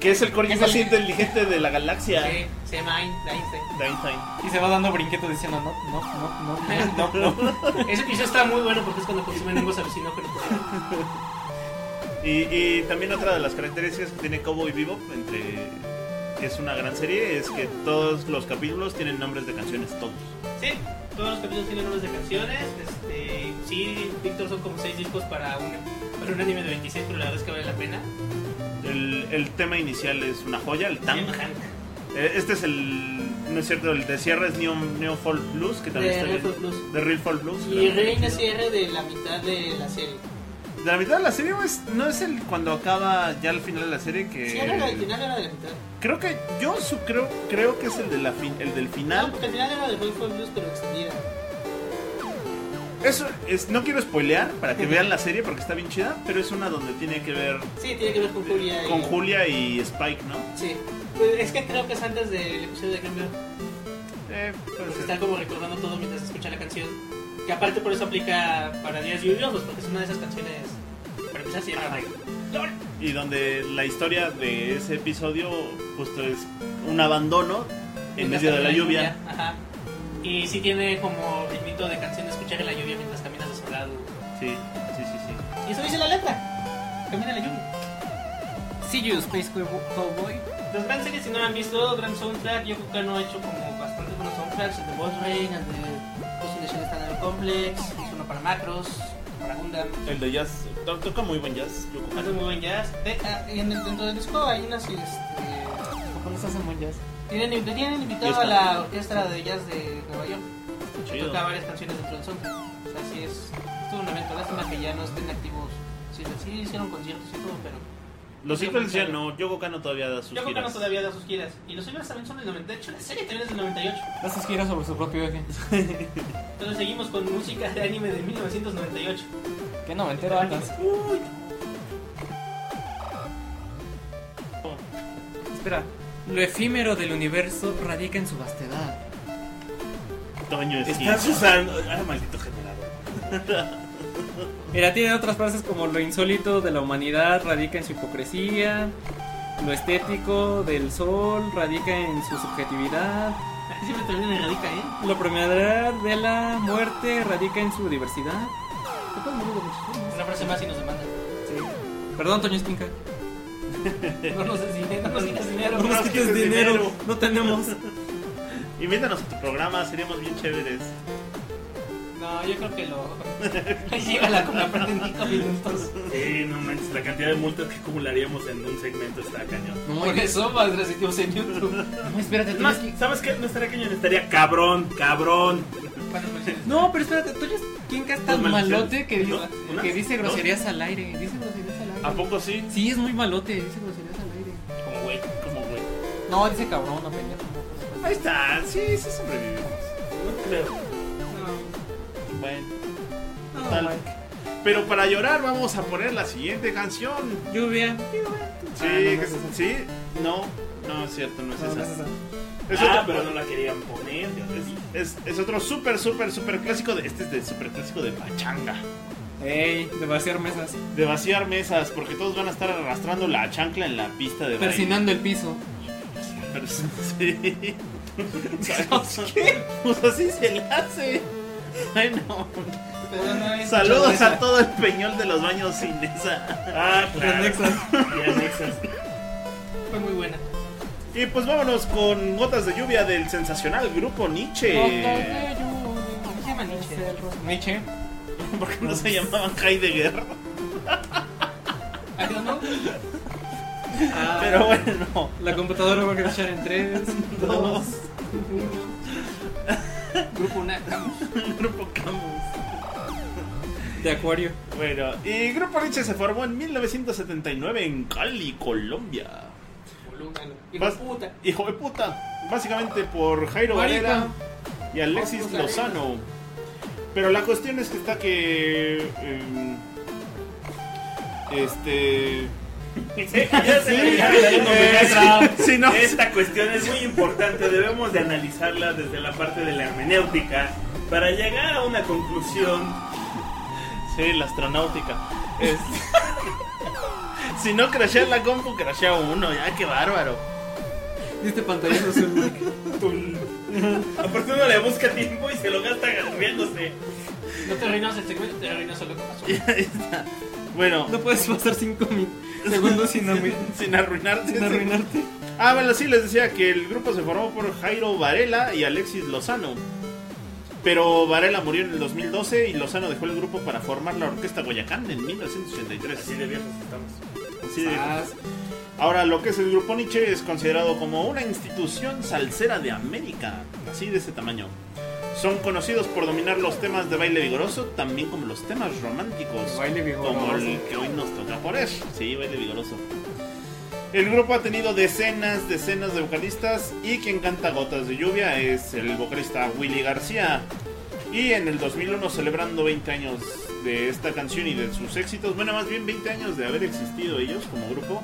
D: Que es el corgi
C: Es
D: más
C: el-
D: inteligente de la galaxia.
E: Sí, se llama Ein- Einstein.
D: De Einstein.
C: Y se va dando brinquetos diciendo no, no, no, no, no, no.
E: Ese episodio está muy bueno porque es cuando consumen hongos alucinógenos.
D: Y, y también otra de las características que tiene Cowboy Bebop, entre que es una gran serie, es que todos los capítulos tienen nombres de canciones, todos.
E: Sí, todos los capítulos tienen nombres de canciones. Este, sí, Víctor son como seis discos para un, para un anime de 26, pero la verdad es que vale la pena.
D: El, el tema inicial es una joya, el tam.
E: Bien, Hank.
D: Eh, Este es el, no es cierto, el de cierre es Neo, Neo Folk Blues, que también
E: De
D: está
E: Real
D: bien.
E: Folk Blues.
D: De Real Folk Blues. que
E: Y
D: también está
E: Reina
D: chido.
E: cierre de la mitad de la serie.
D: De la mitad de la serie, ¿o es- no es el cuando acaba ya al final de la serie que...
E: Sí, era la del final, era la del final.
D: Creo que, yo su, creo, creo que es el, de la fin- el del
E: No,
D: final.
E: porque al final era de Boy Blues, pero extendida.
D: Eso es, no quiero spoilear para que vean la serie porque está bien chida, pero es una donde tiene que ver eh,
E: Sí, tiene que ver con Julia. y-
D: con Julia y Spike, ¿no?
E: Sí. Pues Es que creo que es antes del episodio de cambio.
D: Eh, puede
E: Porque
D: ser.
E: están como recordando todo mientras escuchan la canción. Que aparte por eso aplica para días lluviosos, porque es una de esas canciones. Para empezar, se llama Lol.
D: Y donde la historia de ese episodio justo es un abandono en medio de la lluvia.
E: Ajá. Y sí tiene como ritmito de canción de escuchar en la lluvia mientras caminas de su lado.
D: Sí, sí, sí, sí.
E: Y eso dice la letra. Camina en la lluvia.
C: See you, Space Cowboy.
E: Las gran series, si no la han visto, gran soundtrack. Yo creo que no ha hecho como bastante buenos soundtracks. El de Boss Rain, el de Ghost in the Shell Standard Complex. Hizo uno para Macros, para Gundam.
D: El de jazz, to- toca muy buen jazz. Yoko Kanno.
E: Hace muy buen jazz. De- ah, en el- dentro del disco hay unas. Este,
C: ¿Cómo estás en jazz?
E: tienen, tienen invitado a la orquesta de jazz de Nueva York. que
D: Chido.
E: Toca varias canciones dentro del soundtrack. O sea, sí es. Estuvo un evento. Lástima que ya no estén activos. Sí, sí hicieron conciertos y todo, pero.
D: Los Eagles ya no, Yoko Kano todavía da sus
E: Yo creo que no
D: giras.
E: todavía da sus giras. Y los Eagles también son del 98. La serie también es del 98.
C: Da sus giras sobre su propio eje.
E: Entonces seguimos con música de anime de 1998.
C: Qué noventero andas.
E: Uy,
C: Espera. Lo efímero del universo radica en su vastedad.
D: Toño es
B: Estás
D: hijo.
B: usando. Ah, maldito generador.
C: Mira, tiene otras frases como lo insólito de la humanidad radica en su hipocresía, lo estético del sol radica en su subjetividad,
E: siempre terminan en radica, ¿eh?
C: lo primordial de la muerte radica en su diversidad.
E: Es Una frase más y nos demandan.
C: Sí. Perdón, Toño Esquinca.
E: No nos des dinero, no nos quitas dinero.
C: No nos quites
D: quites
C: dinero,
D: dinero.
C: no tenemos.
D: Invítanos a tu programa, seríamos bien chéveres.
E: No, yo creo que lo. Llegala con la parte en 5 minutos.
B: Sí, no manches, la cantidad de multas que acumularíamos en un segmento está cañón.
C: No,
E: Por
C: y-
E: eso más recibimos en YouTube.
C: no, espérate,
B: Es
C: Toño
B: más,
C: Esquinca.
B: ¿sabes qué? No estaría cañón, estaría cabrón, cabrón.
E: Bueno, pues,
C: No, pero espérate, Toño Esquinca es tan
B: Dos maldiciones.
C: malote que, dice-
B: ¿No? ¿Una?
C: que dice
B: ¿Dos?
C: groserías al aire. Dice groserías al aire.
D: ¿A poco sí?
C: Sí, es muy malote, dice groserías al aire.
D: Como güey, como güey.
C: No, dice cabrón, no pendejo.
D: Ahí está, sí, sí sobrevivimos.
B: No creo.
D: Bueno,
C: No,
D: Tal.
C: Mike.
D: pero para llorar vamos a poner la siguiente canción.
C: Lluvia. Ah,
D: Sí,
C: no, no es
D: que-
C: esa.
D: sí, no, no es cierto, no es esa. Es,
B: ah,
D: otro,
B: pero no la querían poner. ya te dije.
D: es, es otro súper, súper, súper clásico. De, este es de súper clásico de pachanga.
C: Ey, de vaciar mesas.
D: De vaciar mesas, porque todos van a estar arrastrando la chancla en la pista de baile.
C: Persinando el piso.
D: Pers- sí. ¿Sabes qué? Pues así se le hace. Ay, no.
E: pero no es-
D: Saludos a todo el peñol de los baños sin esa.
B: Ah, claro.
C: Anexas.
B: Y anexas.
E: Fue muy buena.
D: Y pues vámonos con Gotas de Lluvia del sensacional grupo Nietzsche.
E: ¿Cómo se llama Nietzsche?
C: Nietzsche.
D: Porque no se llamaban Heidegger.
E: I don't know.
D: Pero bueno,
C: La computadora va a crashar en 3, 2.
E: Grupo Una.
D: Grupo Camus.
C: De Acuario.
D: Bueno, y Grupo Nietzsche se formó en 1979 en Cali, Colombia.
E: Volúngalo. Hijo de
D: Vas-
E: puta.
D: Hijo de puta. Básicamente por Jairo
C: Marica.
D: Varela y Alexis
E: Oscar
D: Lozano. Pero la cuestión es que está que. em, este.
B: Ya se le- ya le-
D: Eh, si no-
B: Esta cuestión es muy importante, debemos de analizarla desde la parte de la hermenéutica para llegar a una conclusión.
D: Sí, la astronáutica. Es- si no crashea la compu, crashea uno. Ya, qué bárbaro.
C: Diste
F: Este
C: pantallazo azul, Mike.
B: Aparte uno le busca tiempo y se lo gasta riéndose.
E: No te arruinas el segmento, te arruinas solo que pasó.
D: Bueno,
C: No puedes pasar 5 segundos sin, arruin-
D: sin arruinarte.
C: sin arruinarte.
D: Ah, bueno, sí, les decía que el grupo se formó por Jairo Varela y Alexis Lozano. Pero Varela murió en el 2012 y Lozano dejó el grupo para formar la Orquesta Guayacán en 1983.
B: Así de viejos estamos.
D: Así de-
C: Ah,
D: Ahora, lo que es el grupo Nietzsche es considerado como una institución salsera de América, así de ese tamaño. Son conocidos por dominar los temas de baile vigoroso, también como los temas románticos.
C: Baile vigoroso.
D: Como el que hoy nos toca poner. Sí, baile vigoroso. El grupo ha tenido decenas, decenas de vocalistas y quien canta Gotas de Lluvia es el vocalista Willy García. Y en el 2001, celebrando 20 años de esta canción y de sus éxitos, bueno, más bien 20 años de haber existido ellos como grupo,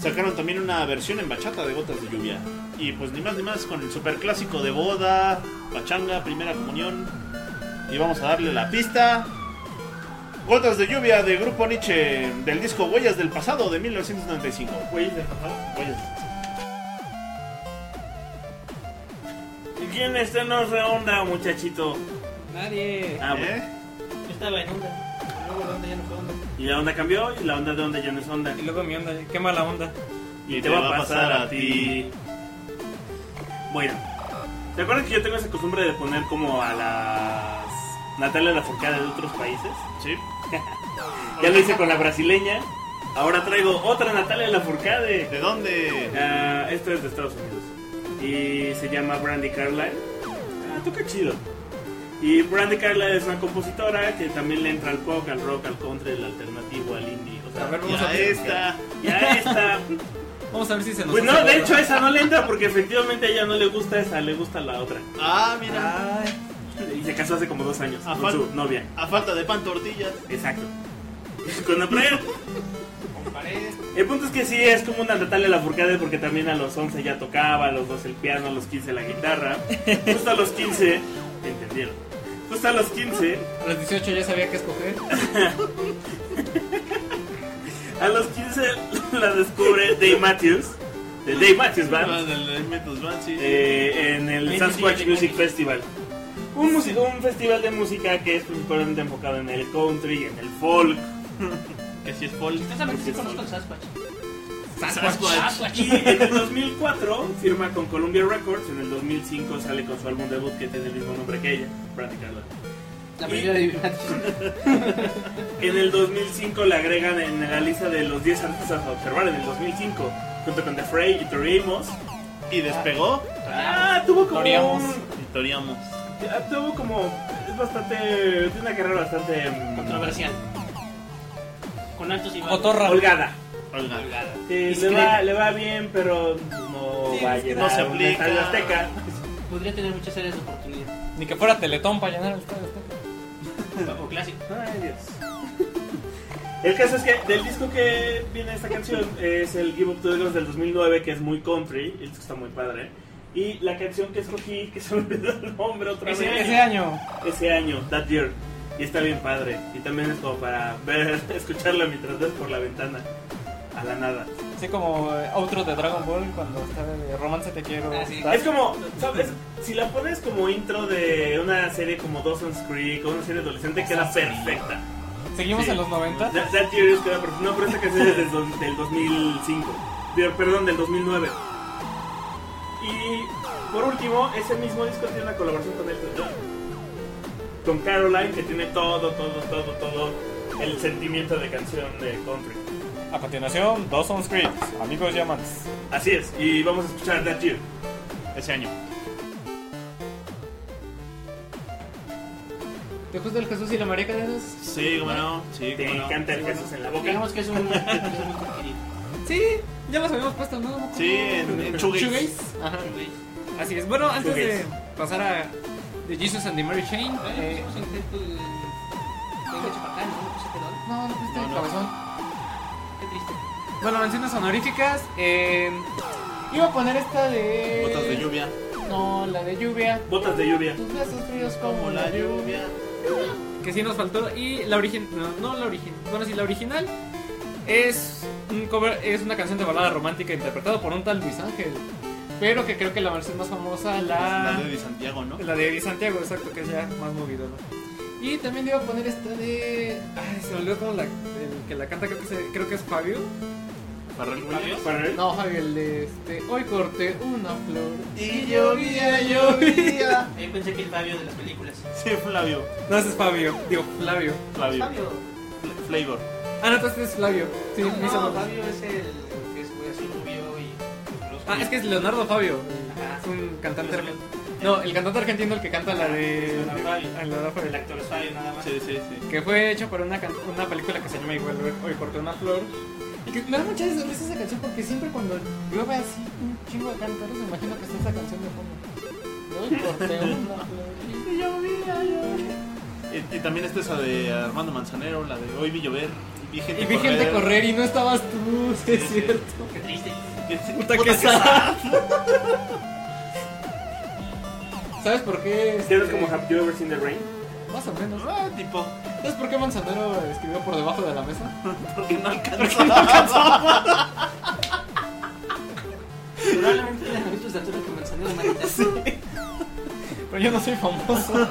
D: sacaron también una versión en bachata de Gotas de Lluvia. Y pues ni más ni más con el superclásico de boda, pachanga, primera comunión. Y vamos a darle la pista. Gotas de lluvia de Grupo Nietzsche del disco Huellas del Pasado de 1995.
B: Güeyes del pasado.
D: Huellas.
B: ¿Quién este no es rehonda, muchachito?
F: Nadie.
B: Ah, bueno.
D: ¿Eh?
E: Yo estaba en onda. Luego la onda ya no fue onda.
B: Y la onda cambió y la onda de onda ya no es onda.
F: Y luego mi onda, qué mala onda.
B: Y te va a pasar a ti. Bueno, ¿se acuerdan que yo tengo esa costumbre de poner como a las Natalia la Forcada de otros países?
D: Sí.
B: Ya lo hice con la brasileña. Ahora traigo otra Natalia la Forcade.
D: ¿De dónde?
B: Ah, esto es de Estados Unidos. Y se llama Brandy Carlyle. Ah, tú qué chido. Y Brandy Carlyle es una compositora que también le entra al pop, al rock, al country, al alternativo, al indie. O sea,
F: A ver, vamos
D: Ya
F: a ver.
D: esta.
B: ya está.
F: Vamos a ver si se nos
B: Pues no,
F: hace
B: de
F: gordo.
B: hecho esa no le entra porque efectivamente a ella no le gusta esa, le gusta la otra.
D: Ah, mira.
F: Ay,
B: Y se casó hace como dos años
D: Ah,
B: con
D: fal-
B: su novia.
D: A falta de pan tortillas.
B: Exacto. Con la player.
C: Comparé.
B: El punto es que sí, es como una Natalia Lafourcade porque también a los 11 ya tocaba, a los 12 el piano, a los 15 la guitarra. Justo a los 15, entendieron. Justo a los 15,
C: A los 18 ya sabía qué escoger.
B: a los 15 la descubre Dave Matthews, de Dave Matthews Band,
D: Del Metos Van, sí.
B: eh, en el
E: Sí, sí,
B: Sasquatch
E: sí,
B: Music
E: sí.
B: Festival. Un, músico- un festival de música que es principalmente enfocado en el country, en el folk.
D: Que si es Paul.
E: Precisamente sí conozco el Sasquatch.
D: Sasquatch.
B: Y en el 2004 firma con Columbia Records, en el 2005 sale con su álbum debut que tiene el mismo nombre que ella, Brandy Carlyle.
E: La primera de
B: En el 2005 le agregan en la lista de los 10 artistas a observar en el 2005, junto con The Fray y Tori Amos.
D: Y despegó.
B: Ah, tuvo como.
C: Tori Amos.
B: un-
D: Y toreamos.
B: ah, tuvo como. Es bastante. Tiene una carrera bastante. mm,
E: Controversial. Con altos y bajos.
F: Cotorra.
B: Holgada.
D: Olga.
E: Colgada.
B: Sí, le,
E: Discreta.
B: va, le va bien, pero no va a llenar
D: no se
B: un
D: aplica.
B: estadio Azteca.
E: Podría tener muchas áreas de oportunidad.
F: Ni que fuera Teletón para llenar el estadio.
E: O clásico.
B: Ay, Dios. El caso es que del disco que viene esta canción es el Give Up to the Ghost del 2009, que es muy country, el disco está muy padre. Y la canción que escogí, que se me olvidó el nombre otra
F: Ese,
B: vez,
F: ese año.
B: ese año, That Year. Y está bien padre. Y también es como para ver, escucharla mientras ves por la ventana, a la nada.
F: Así como eh, outro de Dragon Ball cuando está de romance te quiero.
E: Ah, sí.
B: Es como, ¿sabes? Si la pones como intro de una serie como Dawson's Creek o una serie adolescente, queda perfecta.
F: Seguimos
B: Sí.
F: en los 90.
B: That, that Year is queda perfecto. No, pero esta canción es del, dos- del 2005. De- perdón, del 2009. Y por último, ese mismo disco tiene una colaboración con el con Caroline, que tiene todo, todo, todo, todo el sentimiento de canción de country.
F: A continuación, Dawson's Creek, amigos y amantes.
B: Así es, y vamos a escuchar That Year.
D: Ese año.
C: ¿Te gusta el Jesús y la María Cadenas?
D: Sí, cómo no. Sí,
B: Te
D: cómo no.
B: encanta el Jesús en la boca.
E: Digamos que es un. es un gusto adquirido.
C: Sí, ya los habíamos puesto, ¿no? ¿Cómo?
D: Sí, en, en Shoegaze.
C: Shoegaze. Ajá.
E: Güey.
C: Así es. Bueno, antes de
B: Shoegaze.
C: pasar a The Jesus and the Mary Chain, eh,
E: Eh, pues, intento de- de Chapacán, ¿no? Pues, perdón.
C: no, no pusiste
D: No,
C: el
D: no.
C: cabezón.
E: Qué triste.
C: Bueno, menciones honoríficas. eh, iba a poner esta de.
D: Gotas de lluvia.
C: No, la de lluvia.
B: Botas de lluvia.
C: Tus besos fríos como
D: Como
C: la
D: la
C: lluvia.
D: lluvia.
C: Que sí nos faltó. Y la original. No, no la original. Bueno, sí, la original es un cover. Es una canción de balada romántica interpretada por un tal Luis Ángel. Pero que creo que la versión más famosa,
D: La
B: Ah.
C: la.
D: de Santiago, ¿no?
C: La de Eddie Santiago, exacto, que es ya más movido, ¿no? Y también iba a poner esta de. Ay, se me olvidó cómo la. El que la canta, creo que, se- creo que es Fabio.
D: Farrell Williams.
B: Para él.
C: No, Fabio, el de este. Hoy corté una flor.
D: Y llovía, llovía.
E: Eh, pensé que el Fabio de las películas.
D: Sí, Flavio.
C: No, ese es Fabio. Digo, Flavio.
D: Flavio.
E: Fabio.
D: Fl- Flavor.
C: Ah, no, entonces es Flavio. Sí, me hizo
E: no,
C: acordar.
E: Fabio es el que es muy así rubio y.
C: Ah, es que es Leonardo Fabio. Ah,
E: Ajá.
C: Es un cantante argentino. No, el cantante argentino el que canta la de.
E: Leonardo Fabio.
C: Ah, Leonardo Fabio.
E: El actor es Fabio nada más.
D: Sí, sí, sí.
C: Que fue hecho para una, can- una película que se llama igual Hoy- Hoy corté una flor. Y que me da mucha risa esa canción porque siempre cuando yo veo así un chingo de cantores, me imagino que está esa canción de fondo. Hoy corté una flor. Y yo vi.
D: Y, y también está esa de Armando Manzanero, la de Hoy vi llover. Y vi gente
C: Y vi gente correr y no estabas tú, sí, es
D: Sí, sí.
C: cierto.
E: Qué triste.
C: Puta que sad. ¿Sabes por qué?
B: Si eres
C: este,
B: como Have You Ever Seen the Rain?
C: Más o menos.
D: Ah, tipo,
C: ¿Sabes por qué Manzanero escribió por debajo de la mesa?
D: porque no alcanzaba.
E: Probablemente eran los mismos de altura que Manzanero y Maritas.
C: Pero yo no soy famoso.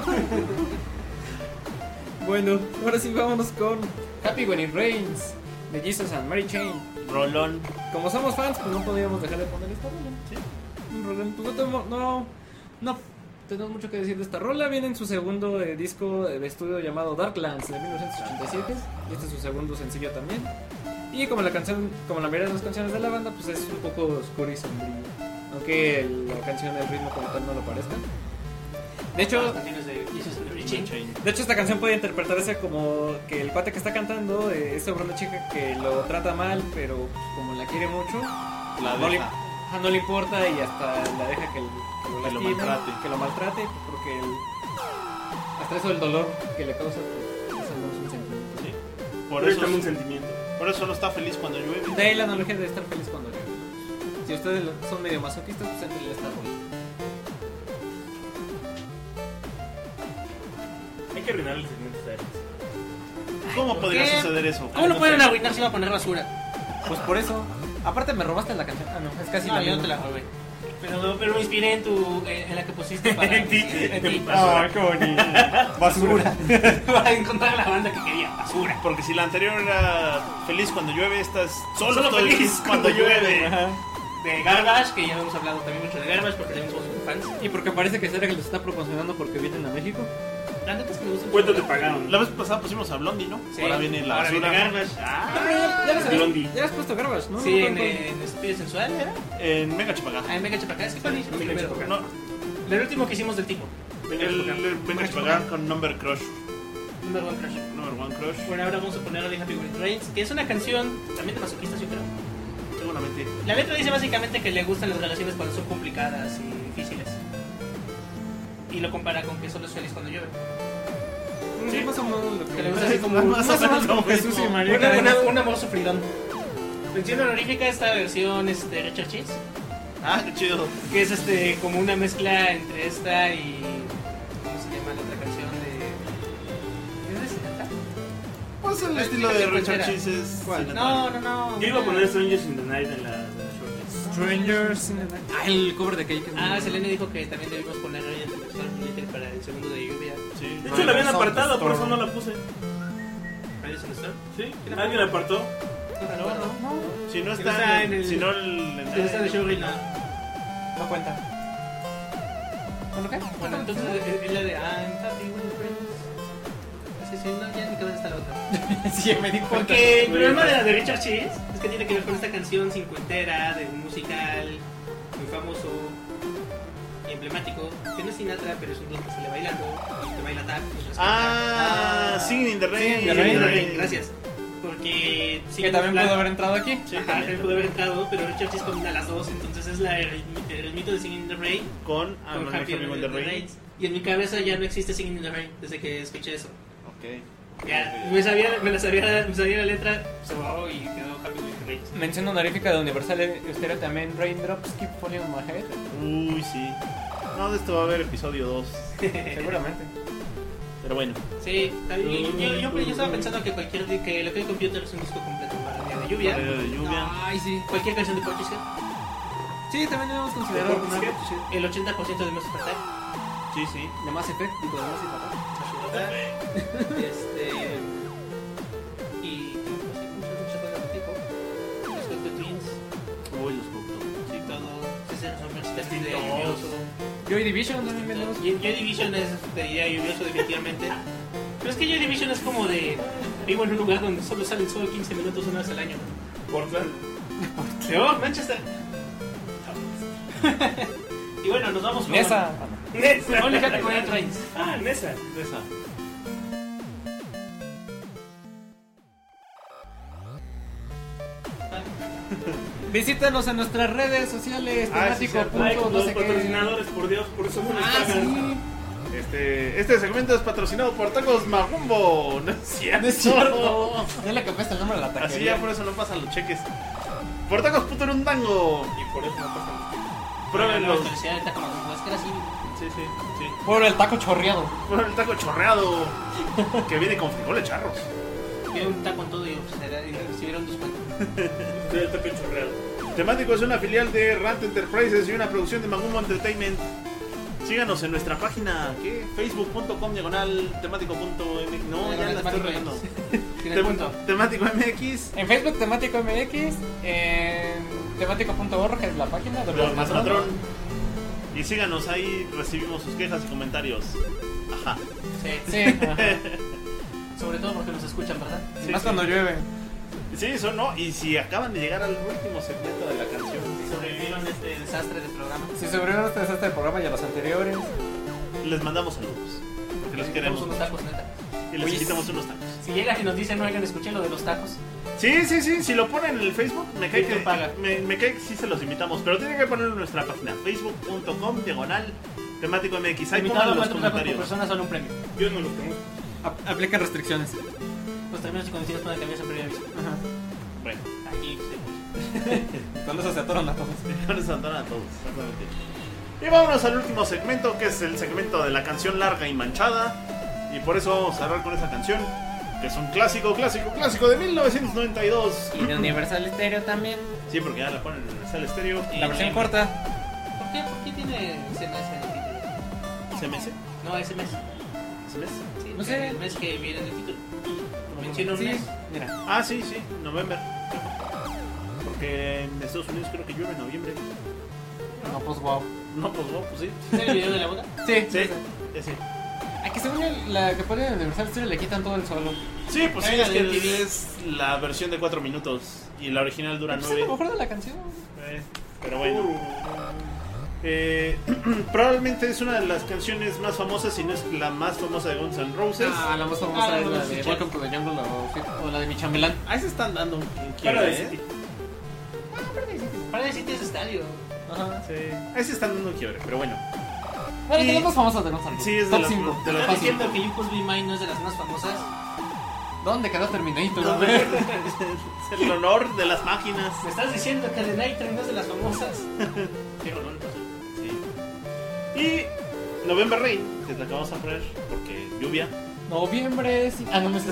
F: Bueno, ahora sí vámonos con.
C: Happy When It Rains, de Jesus and Mary Chain.
D: Rolón.
C: Como somos fans, pues no podíamos dejar de poner esta rola.
D: Sí.
C: Un rolón, pues no, tenemos- no, no tenemos mucho que decir de esta rola. Viene en su segundo eh, disco de estudio llamado Darklands de 1987. Y este es su segundo sencillo también. Y como la canción, como la mayoría de las canciones de la banda, pues es un poco oscuro y sombrío. Aunque el- la canción, el ritmo como tal no lo parezca. De hecho,
E: Las canciones de Jesus and the Mary Chain.
C: de hecho, esta canción puede interpretarse como que el cuate que está cantando eh, es sobre una chica que lo trata mal, pero pues, como la quiere mucho,
D: La
C: no le,
D: deja.
C: ajá, no le importa y hasta la deja que, l- que lo,
D: Que lo
C: lastime,
D: maltrate.
C: Que lo maltrate, porque el- hasta eso el dolor que le causa, pues, eso no es un sentimiento.
D: Sí. Por
B: Por
D: eso,
B: eso es un sentimiento.
D: por eso no está feliz cuando llueve.
C: De ahí la analogía de estar feliz cuando llueve. Si ustedes lo- son medio masoquistas, pues entrenle esta rola.
B: Hay que arruinar el segmento de Alex.
D: ¿Cómo
E: ¿por
D: podría
E: qué?
D: suceder eso?
E: ¿Cómo lo
D: No
E: pueden
D: sé.
E: arruinar si iba a poner basura?
C: Pues por eso, aparte me robaste la canción. Ah, no, es casi
E: No,
C: la
E: yo no te
C: misma.
E: la robé. Pero, pero me inspiré en tu. eh, en la que pusiste para.
B: En ti.
E: en ti.
B: Ah,
C: qué bonito. Basura.
E: Para encontrar la banda que quería. Basura.
D: Porque si la anterior era feliz cuando llueve, esta es solo,
B: Solo
D: estoy
B: feliz cuando llueve.
E: De Garbage, que ya hemos hablado también mucho de Garbage porque también somos muy fans.
C: Y porque parece que será que los está proporcionando porque vienen a México.
E: La neta es que me gusta
B: ¿Cuánto te
E: mucho.
B: pagaron?
D: La vez pasada pusimos a Blondie, ¿no?
E: Sí.
D: Ahora viene la
E: Ahora viene
D: basura.
E: Garbage. Ah.
C: Pero ya, ya les habías-
B: Blondie.
C: ya les has puesto garbage, ¿no?
E: Sí,
C: No,
E: en,
C: no,
E: eh, en Espíritu Sensual era.
D: En Mega Chipagá.
E: Ah, en Venga Chapacá. Es que fue el
B: Venga,
E: primero.
B: Chapacá.
D: No,
E: El último que hicimos del tipo.
B: Venga,
D: el,
B: toca.
D: el Mega Chipagá con Number Crush.
E: Number One Crush.
D: Number One Crush.
E: Bueno, ahora vamos a poner de Happy When It Rains, que es una canción también de masoquistas, yo creo.
D: Seguramente.
E: La letra dice básicamente que le gustan las relaciones cuando son complicadas y difíciles. Y lo compara con que solo es feliz cuando llueve.
C: no, más o menos lo
E: Que
C: que
E: le gusta así como
D: Más o menos lo
C: Jesús
D: mismo.
C: y María.
E: una- una- un amor sufridón. Mención honorífica esta versión es de Richard Cheese,
D: Ah, qué chido.
E: que es este como una mezcla entre esta y. ¿Cómo se llama la otra canción de.? ¿Es de 70?
D: Pues el estilo de Richard Cheese es.
E: No, no, no.
B: Yo iba a
E: una-
B: poner Strangers in the Night en la en la shortlist.
C: Strangers in the Night. Ah, el cover de Cake.
E: Ah, Selene dijo que también debimos poner Ryan de Persona Little para el segundo de lluvia.
D: Sí.
B: De hecho, la habían apartado, por eso no la puse.
E: ¿Rayos en Storm?
B: ¿Sí? Nadie la apartó.
E: No, no, no.
D: Si no
E: Si no está
D: está en
E: en el-
D: Si no el.
E: Entonces está de Showreel, no.
C: No cuenta. ¿Cuándo qué?
E: Bueno, entonces es es la de I'm happy with friends. Es que si no, ya ni cabeza está la otra.
C: sí, me di cuenta.
E: Porque el problema de la de Richard Cheese es que tiene que ver con esta canción cincuentera, de un musical muy famoso y emblemático, que no es Sinatra, pero es un grupo que sale bailando, y que baila tap. y respeta.
D: Ah,
E: Ah.
D: Singing in the Rain.
C: Singing in the
E: Sí,
C: Rain.
E: Lorraine, Gracias. Porque sí,
C: que también
E: la-
C: pudo haber entrado aquí.
D: Sí,
E: Ajá,
D: también.
E: también ah, pudo haber entrado, pero Richard Cheese combina las dos, entonces es la, el, el mito de Singing in the Rain
D: Con ah,
E: con
D: I'm
E: Happy
D: Happy with the Rain.
E: Rains. Y en mi cabeza ya no existe Singing in the Rain desde que escuché eso.
D: Ok.
E: Ya, me sabía, me la sabía, me sabía la letra, se bajó y quedó Happy with the Rain.
C: Mención honorífica de Universal Estéreo también Raindrops Keep Falling on My Head.
D: Uy, sí. No, de esto va a haber episodio 2.
C: Seguramente.
D: Pero bueno.
E: Sí, también, yo, yo, yo estaba pensando que cualquier que lo que hay computer es un disco completo para el día de lluvia.
D: eh, lluvia.
C: Ay, sí.
E: Cualquier canción de Portishead,
C: Sí, también debemos considerar una
B: ¿Qué?
E: el 80% de nuestro fatal.
D: Sí, sí.
C: de más efectivo, de más efectivo.
E: Este. Y. pues, sí, muchas, muchas cosas de tipo. Respecto a Twins
D: Uy, los Cocteau.
E: y todo. César Somers, que es de
B: Distintos.
E: lluvioso.
C: Joy Division también vendemos.
E: Yo- Joy Division es te diría lluvioso definitivamente. Pero es que Joy Division es como de vivo en un lugar donde solo salen solo 15 minutos una vez al año.
B: Portland.
E: No, Manchester. y bueno, nos vamos con
C: Nessa.
B: Nesa.
E: Only Happy When It Rains.
B: Ah, Nesa.
D: De esa.
C: Visítanos en nuestras redes sociales,
D: Ah, sí,
C: temático.
D: cierto.
C: punto
B: Ay, con
C: no
B: los
C: sé qué.
B: patrocinadores, por Dios, por eso no nos
C: Ah,
B: pagan.
C: sí.
D: Este, este segmento es patrocinado por Tacos Magumbo. No es cierto.
C: No es cierto. Ya le cambiaste el nombre a la taquería.
D: Así ya por eso no pasan los cheques. Por Tacos Putorundango.
B: Y por eso no pasan.
E: La
D: Pruébenlos.
E: historicidad del taco Magumbos, es que era así.
D: Sí, sí, sí.
C: Por el taco chorreado.
D: Por el taco chorreado. Que viene con frijoles charros.
E: Tiene un taco en todo y pues, era- y recibieron descuento.
B: Estoy el toque chorreado.
D: Temático es una filial de Rant Enterprises y una producción de Magumbo Entertainment. Síganos en nuestra página, ¿qué? Facebook.com diagonal temático.mx. No, ya la estoy
E: Temático
D: regando.
E: Tiene
D: Tem-
E: punto.
D: Temático MX.
C: En Facebook temático MX, en temático.org es la página de
D: Los Mazatrón. Y síganos, ahí recibimos sus quejas y comentarios. Ajá.
E: Sí.
C: Sí, ajá.
E: Sobre todo porque nos escuchan, ¿verdad?
D: Sí,
C: más
D: sí.
C: cuando llueve.
D: Sí, eso no. Y si acaban de llegar al último segmento de la canción,
E: Sobrevivieron este desastre del programa.
C: Si sobrevivieron este desastre del programa y a los anteriores,
D: les mandamos saludos. Porque los
E: Compramos
D: queremos.
E: unos tacos, neta.
D: Y les
C: Oye,
D: invitamos unos tacos.
E: Si llegas y nos dicen, oigan, escuché lo de los tacos.
D: Sí, sí, sí, si lo ponen en el Facebook, me cae que,
E: Facebook paga.
D: me, me cae que sí se los invitamos, pero tienen que ponerlo en nuestra página, facebook.com, diagonal, temático MX, ahí
E: Invitado
D: pongan
E: a
D: los
E: cuatro tacos por
D: comentarios.
E: persona, solo un premio.
B: Yo no lo tengo.
C: ap- aplican restricciones.
E: Los términos y condiciones pueden cambiarse previo aviso.
C: Ajá.
D: Bueno,
E: Aquí, sí.
C: Entonces se atoran a todos.
D: con eso andan a todos, exactamente. Y vámonos al último segmento, que es el segmento de la canción larga y manchada, y por eso vamos a cerrar con esa canción, que es un clásico, clásico, clásico de 1992.
C: Y de Universal Stereo también.
D: Sí, porque ya la ponen en el estéreo.
C: La versión corta.
E: ¿Por qué? ¿Por qué tiene SMS en el título?
D: ¿Se me hace?
E: No, SMS.
D: ¿Se me hace?
E: Sí,
C: No sé.
E: El mes que viene en el título. Menciona un
C: Sí,
E: mes.
C: mira.
D: Ah, sí, sí, noviembre. Porque en Estados Unidos creo que llueve en noviembre.
C: No, pues wow.
D: No, pues no, pues sí.
E: ¿Viste el video de la boda?
C: Sí,
D: Sí, sí.
C: Aquí según el- la que ponen en Universal Stereo le quitan todo el suelo.
D: Sí, pues sí,
E: Ay, la
D: es que
E: de-
D: el- es la versión de 4 minutos y la original dura
C: Pues es lo
D: 9.
C: mejor de la canción.
D: Pero bueno. Eh, probablemente es una de las canciones más famosas, si no es la más famosa de Guns N' Roses.
C: Ah, la más famosa
E: Ah,
C: es
E: no,
C: la
E: no,
C: de
E: sí,
C: Welcome to the Jungle o, o la de Mi Chambelán.
D: Ahí se están dando un
B: Para
D: quiebre,
B: decir-
D: ¿eh?
E: Para decirte ese estadio.
C: Ajá.
D: Ahí se están dando un quiebre, pero bueno.
C: Bueno,
D: Y-
C: de las más famosas de nosotros.
D: Sí, es de
C: Top
D: las-
C: 5.
D: de las
E: ¿Estás
D: fácil.
E: diciendo que You Could Be Mine no es de las más famosas?
C: ¿Dónde quedó Terminator?
D: Es el honor de las máquinas.
E: ¿Me estás diciendo que The Night Train no es de las famosas? Qué horror, pues.
D: Y November Rain, que es la que vamos a poner porque lluvia.
C: Noviembre. Sí. Ah, no me sé.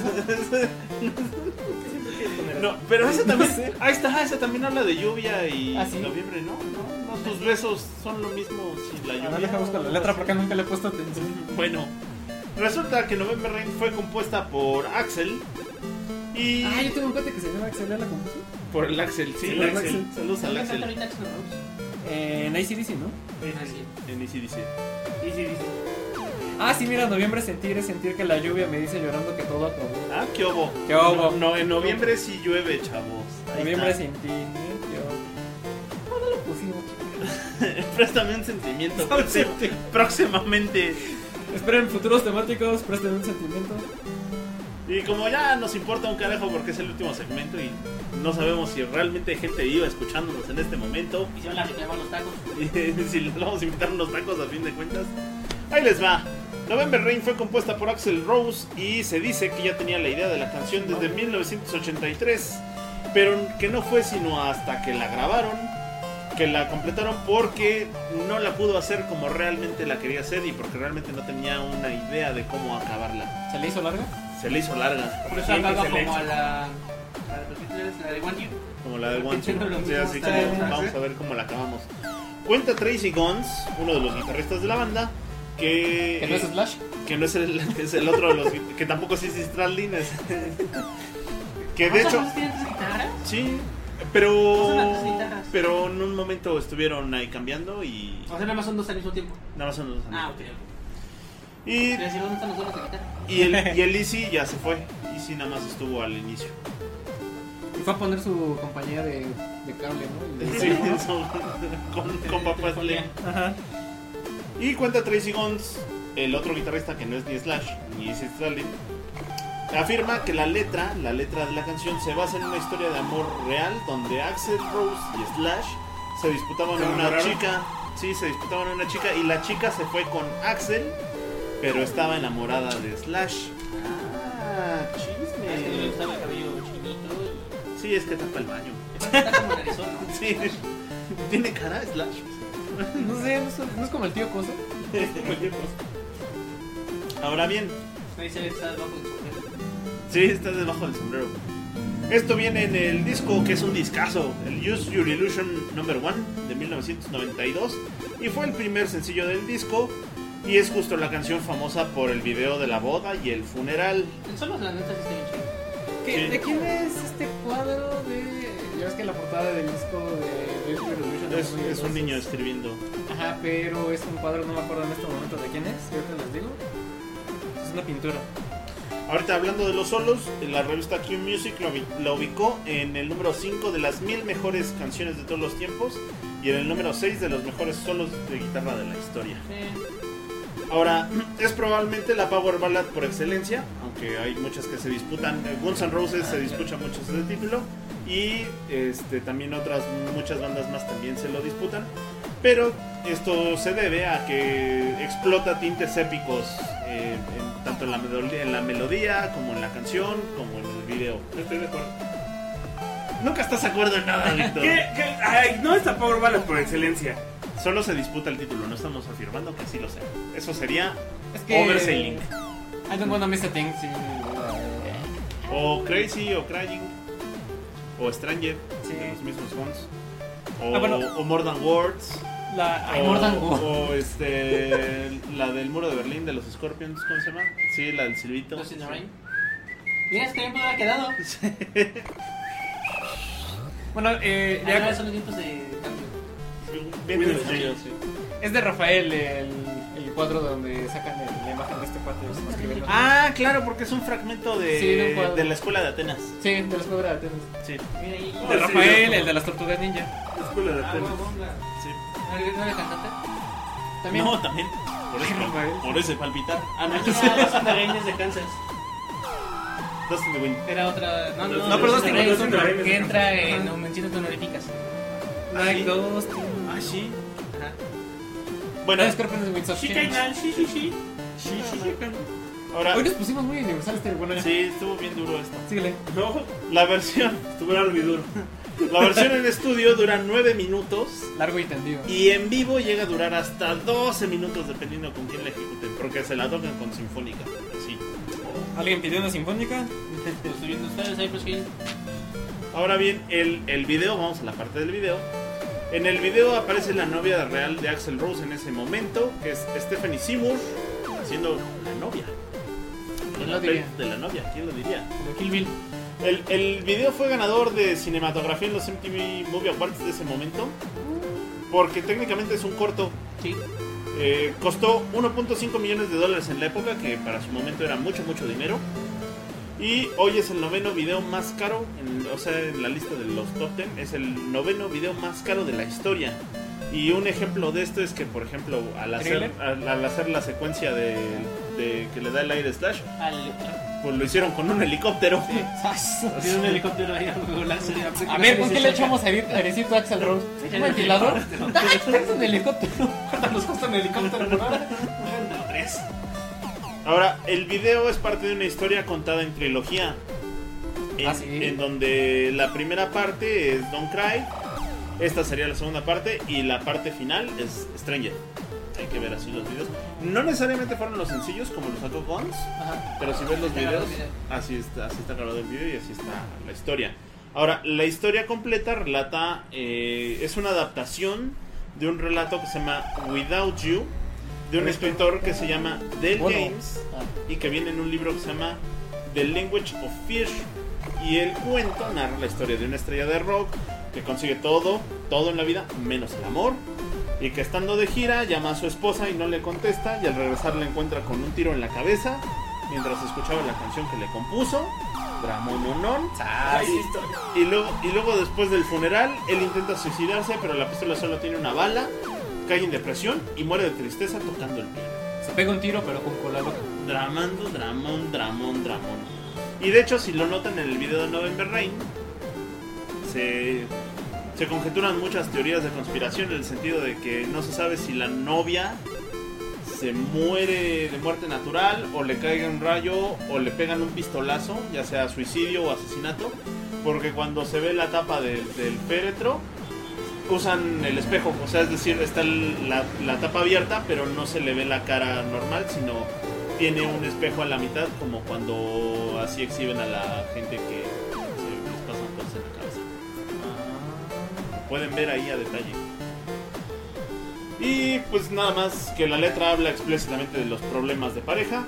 D: no, pero esa también.
C: No sé.
D: Ahí está, esa también habla de lluvia y
C: ¿Ah, sí?
D: noviembre, ¿no? No, no, tus besos son lo mismo sin la lluvia.
C: Ahora deja buscar la letra porque nunca le he puesto atención.
D: Bueno, resulta que November Rain fue compuesta por Axel. Y.
C: Ah, yo tengo un cuate que se llama Axel, ¿ya la compuso?
D: por el Axel, sí,
B: el
D: el
B: Axel.
D: Axel. Saludos al
E: Me encanta
D: Axel.
E: ahorita Axel Rose.
C: Eh, en ACDC, ¿no?
E: Ah, sí.
D: En E dice.
B: Y si dice,
C: Ah, sí, mira, noviembre sentir es sentir que la lluvia me dice llorando que todo acabó.
D: Ah, qué obo.
C: Qué obo.
D: No, no, en noviembre sí llueve, chavos. Ahí
C: Noviembre
D: está.
C: sin ti, ¿eh? yo. ¿Cuándo lo pusimos?
D: Préstame un sentimiento. próxim- Próximamente.
C: Esperen futuros temáticos, presten un sentimiento.
D: Y como ya nos importa un carajo porque es el último segmento y no sabemos si realmente hay gente viva escuchándonos en este momento
E: Hicieron la reclama a los tacos.
D: y si les vamos a invitar unos tacos a fin de cuentas. Ahí les va. November Rain fue compuesta por Axel Rose y se dice que ya tenía la idea de la canción desde 1983, pero que no fue sino hasta que la grabaron, que la completaron porque no la pudo hacer como realmente la quería hacer y porque realmente no tenía una idea de cómo acabarla.
C: ¿Se le hizo largo?
D: Se le hizo larga.
E: Por eso
B: siempre
E: acaba
B: se le echa.
E: como a la... a la de los Beatles, la de One Year.
D: Como la del
E: Porque
D: One Two.
E: tiene lo
D: Sí,
E: mismo
D: así
E: hasta
D: como
E: el-
D: vamos a ver cómo la acabamos. Cuenta Tracy Guns, uno de los guitarristas de la banda, que,
C: ¿Que no es Slash?
D: que no es el, es el otro de los gui- que tampoco es Izzy Stradlin, es- que de
E: ¿Más
D: hecho
E: famosos tienen tres guitarras?
D: sí,
E: Son
D: pero
E: las guitarras.
D: pero en un momento estuvieron ahí cambiando y
E: O sea, nada más son dos al mismo tiempo.
D: nada más son los
E: Ah, ok.
D: amigos. y,
E: Quiero decir, ¿dónde están los dos de guitarra?
D: y el y el Izzy ya se fue, Izzy nada más estuvo al inicio.
C: Y fue a poner su compañía de, de cable, ¿no? Y-
D: Sí, eso, con, con papá Slim.
C: Ajá.
D: Y cuenta Tracy Guns, el otro guitarrista que no es ni Slash ni Izzy Stradlin, afirma que la letra, la letra de la canción se basa en una historia de amor real donde Axel Rose y Slash se disputaban
B: ¿Se
D: a una
B: enamoraron?
D: chica, sí, se disputaban a una chica y la chica se fue con Axel pero estaba enamorada de Slash. Ah,
E: Ah, Es que le
D: chisme.
E: gustaba el cabello chinito y.
D: Sí, es que tapa el baño.
E: Está como narizón, ¿no?
D: Sí, tiene cara de Slash.
C: No sé, no, es- no es como el tío Cosa.
D: pues. Ahora bien,
E: Ahí se ve que está debajo de su sombrero.
D: sí, está debajo del sombrero. Esto viene en el disco que es un discazo, el Use Your Illusion Number One de 1992 y fue el primer sencillo del disco y es justo la canción famosa por el video de la boda y el funeral.
E: En solos, la neta, sí está bien chido.
C: ¿Qué-
D: Sí.
C: ¿De quién es este cuadro de.? Ya ves que la portada del disco de Best Revolution
D: Es,
C: muy
D: es un
C: graciosa.
D: niño escribiendo.
C: Ajá, pero es un cuadro, no me acuerdo en este momento de quién es, yo te les digo. Es una pintura.
D: Ahorita hablando de los solos, la revista Q Music lo, vi- lo ubicó en el número 5 de las mil mejores canciones de todos los tiempos y en el número 6 de los mejores solos de guitarra de la historia.
E: Sí.
D: Ahora, es probablemente la Power Ballad por excelencia, aunque hay muchas que se disputan. Eh, Guns N' Roses se disputa mucho ese título y este, también otras muchas bandas más también se lo disputan. Pero esto se debe a que explota tintes épicos, eh, en- tanto en la, melodía, en la melodía como en la canción, como en el video.
B: Estoy de acuerdo.
D: Nunca estás de acuerdo en nada, Víctor.
B: ¿Qué? ¿Qué? Ay, no está Power Ballad por excelencia.
D: Solo se disputa el título, no estamos afirmando que sí lo sea. Eso sería
C: Es que.
D: Overselling.
C: I don't wanna miss a thing, sí. eh,
D: O Crazy, o Crying, o Stranger,
C: Sí.
D: de los mismos Guns. O,
C: Ah, bueno.
D: o More Than Words.
C: La.
D: o,
B: Oh,
C: Ay, Mordan
D: o, este, la del muro de Berlín de los Scorpions, ¿cómo se llama? Sí, la del silbito.
E: Los in the rain. Mira, este tiempo ha quedado.
C: Bueno, eh,
E: Ya
C: ya-
E: Ah, no, son los tiempos de cambio.
D: Bien
B: Windows
D: sencillo, sí.
C: es de Rafael el, el cuadro donde sacan el- la imagen de este cuate. y se lo escriben.
D: Ah, claro, porque es un fragmento de,
C: Sí, de un cuadro.
D: de la escuela de Atenas.
C: Sí, de los cuadros de Atenas.
D: Sí,
E: Mira ahí.
C: De
B: sí,
C: Rafael,
B: loco.
C: el de las tortugas ninja.
B: Escuela de
E: Ah,
B: Atenas.
E: huevo, la-
D: sí.
E: ¿No le cantaste?
C: También.
D: No, también. Por eso,
C: Rafael.
D: por eso palpitar. Ah, no,
E: Ah, los andareños de Kansas.
D: Dust in the Wind.
E: Era otra. No, no,
B: No, pero
E: los
B: Dustin
E: Rain eh,
B: Rain, Dustin Rain
E: que
B: es de
E: entra
B: Kansas.
E: en
B: Ajá.
E: menciones honoríficas.
C: Like
D: sí.
C: those two.
D: Ah, sí.
E: Ajá.
D: Bueno,
C: No, Scorpions de Winds of
B: Sí,
C: Change.
B: carnal, sí, sí, sí.
D: sí, sí, sí. Ahora,
C: Hoy nos pusimos muy universal este, bueno, ya.
D: sí, estuvo bien duro esto.
C: Síguele.
B: No,
D: La versión
B: estuvo largo y duro.
D: La versión en estudio dura 9 minutos
C: Largo y tendido.
D: y en vivo llega a durar hasta 12 minutos dependiendo con quién la ejecuten, porque se la tocan con sinfónica. Sí.
C: ¿Alguien pidió una sinfónica?
E: Lo estoy viendo ustedes ahí, pues que.
D: Ahora bien, el, el video, vamos a la parte del video. En el video aparece la novia real de Axel Rose en ese momento, que es Stephanie Seymour, haciendo la novia.
C: ¿Quién
D: El
C: lo
D: papel
C: diría?
D: De la novia, ¿quién lo diría?
C: Como Kill Bill.
D: El, el video fue ganador de cinematografía en los MTV Movie Awards de ese momento, porque técnicamente es un corto.
E: Sí.
D: Eh, costó 1.5 millones de dólares en la época, que para su momento era mucho, mucho dinero. Y hoy es el noveno video más caro, en- o sea, en la lista de los top 10, es el noveno video más caro de la historia. Y un ejemplo de esto es que, por ejemplo, al hacer, al, al hacer la secuencia de, de que le da el aire slash,
E: Al.
D: pues lo hicieron con un helicóptero.
E: Tiene un helicóptero ahí a volar.
C: A ver, ¿con qué le echamos a airecito a Axel Rose? ¿Un ventilador? ¡Ay, un helicóptero!
E: Nos cuesta un helicóptero por ahora.
D: Tres. Ahora, el video es parte de una historia contada en trilogía. En,
C: Ah, sí.
D: en donde la primera parte es Don't Cry. Esta sería la segunda parte. Y la parte final es Stranger. Hay que ver así los videos. No necesariamente fueron los sencillos como los sacó Guns.
C: Ajá.
D: Pero si ves los
E: Está
D: videos,
E: grabado el video.
D: así está, así está grabado el video y así está la historia. Ahora, la historia completa relata, eh, es una adaptación de un relato que se llama Without You, de un escritor que se llama Dale
C: Bueno.
D: James
C: Ah,
D: y que viene en un libro que se llama The Language of Fish. Y el cuento narra la historia de una estrella de rock que consigue todo, todo en la vida, menos el amor. Y que estando de gira llama a su esposa y no le contesta. Y al regresar la encuentra con un tiro en la cabeza mientras escuchaba la canción que le compuso. Dramononon. Y luego, y luego después del funeral, él intenta suicidarse, pero la pistola solo tiene una bala. Cae en depresión y muere de tristeza tocando el piano.
C: Se pega un tiro, pero con cola loca.
D: Dramando, dramón, dramón, dramón. Y de hecho, si lo notan en el video de November Rain, se, se conjeturan muchas teorías de conspiración en el sentido de que no se sabe si la novia se muere de muerte natural, o le caiga un rayo, o le pegan un pistolazo, ya sea suicidio o asesinato, porque cuando se ve la tapa del, del féretro, usan el espejo, o sea, es decir, está el- la, la tapa abierta, pero no se le ve la cara normal, sino tiene un espejo a la mitad, como cuando así exhiben a la gente que se les pasan cosas en la cabeza. Ah, Pueden ver ahí a detalle. Y pues nada más que la letra habla explícitamente de los problemas de pareja,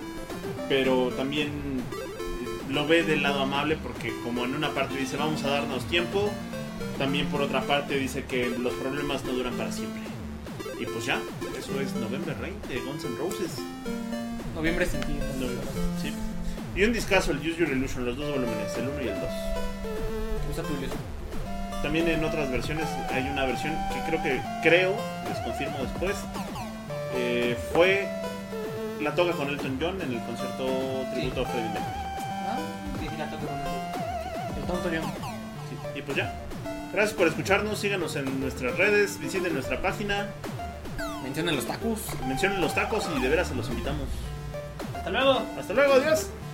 D: pero también eh, lo ve del lado amable porque como en una parte dice vamos a darnos tiempo, también por otra parte dice que los problemas no duran para siempre. Y pues ya, eso es November Rain de Guns N' Roses.
C: Noviembre sentido.
D: No, sí. Y un discazo, el Use Your Illusion, los dos volúmenes, el 1 y el 2.
C: Usa tu ilusión.
D: También en otras versiones hay una versión que creo que, creo, les confirmo después, eh, fue la toca con Elton John en el concierto tributo a Freddie Mercury.
E: Sí, sí, la toco con el-
C: El tonto yo.
D: Sí. Y pues ya. Gracias por escucharnos, síganos en nuestras redes, visiten nuestra página,
C: Mencionen los tacos.
D: mencionen los tacos y de veras se los invitamos.
E: Hasta luego.
D: Hasta luego, adiós.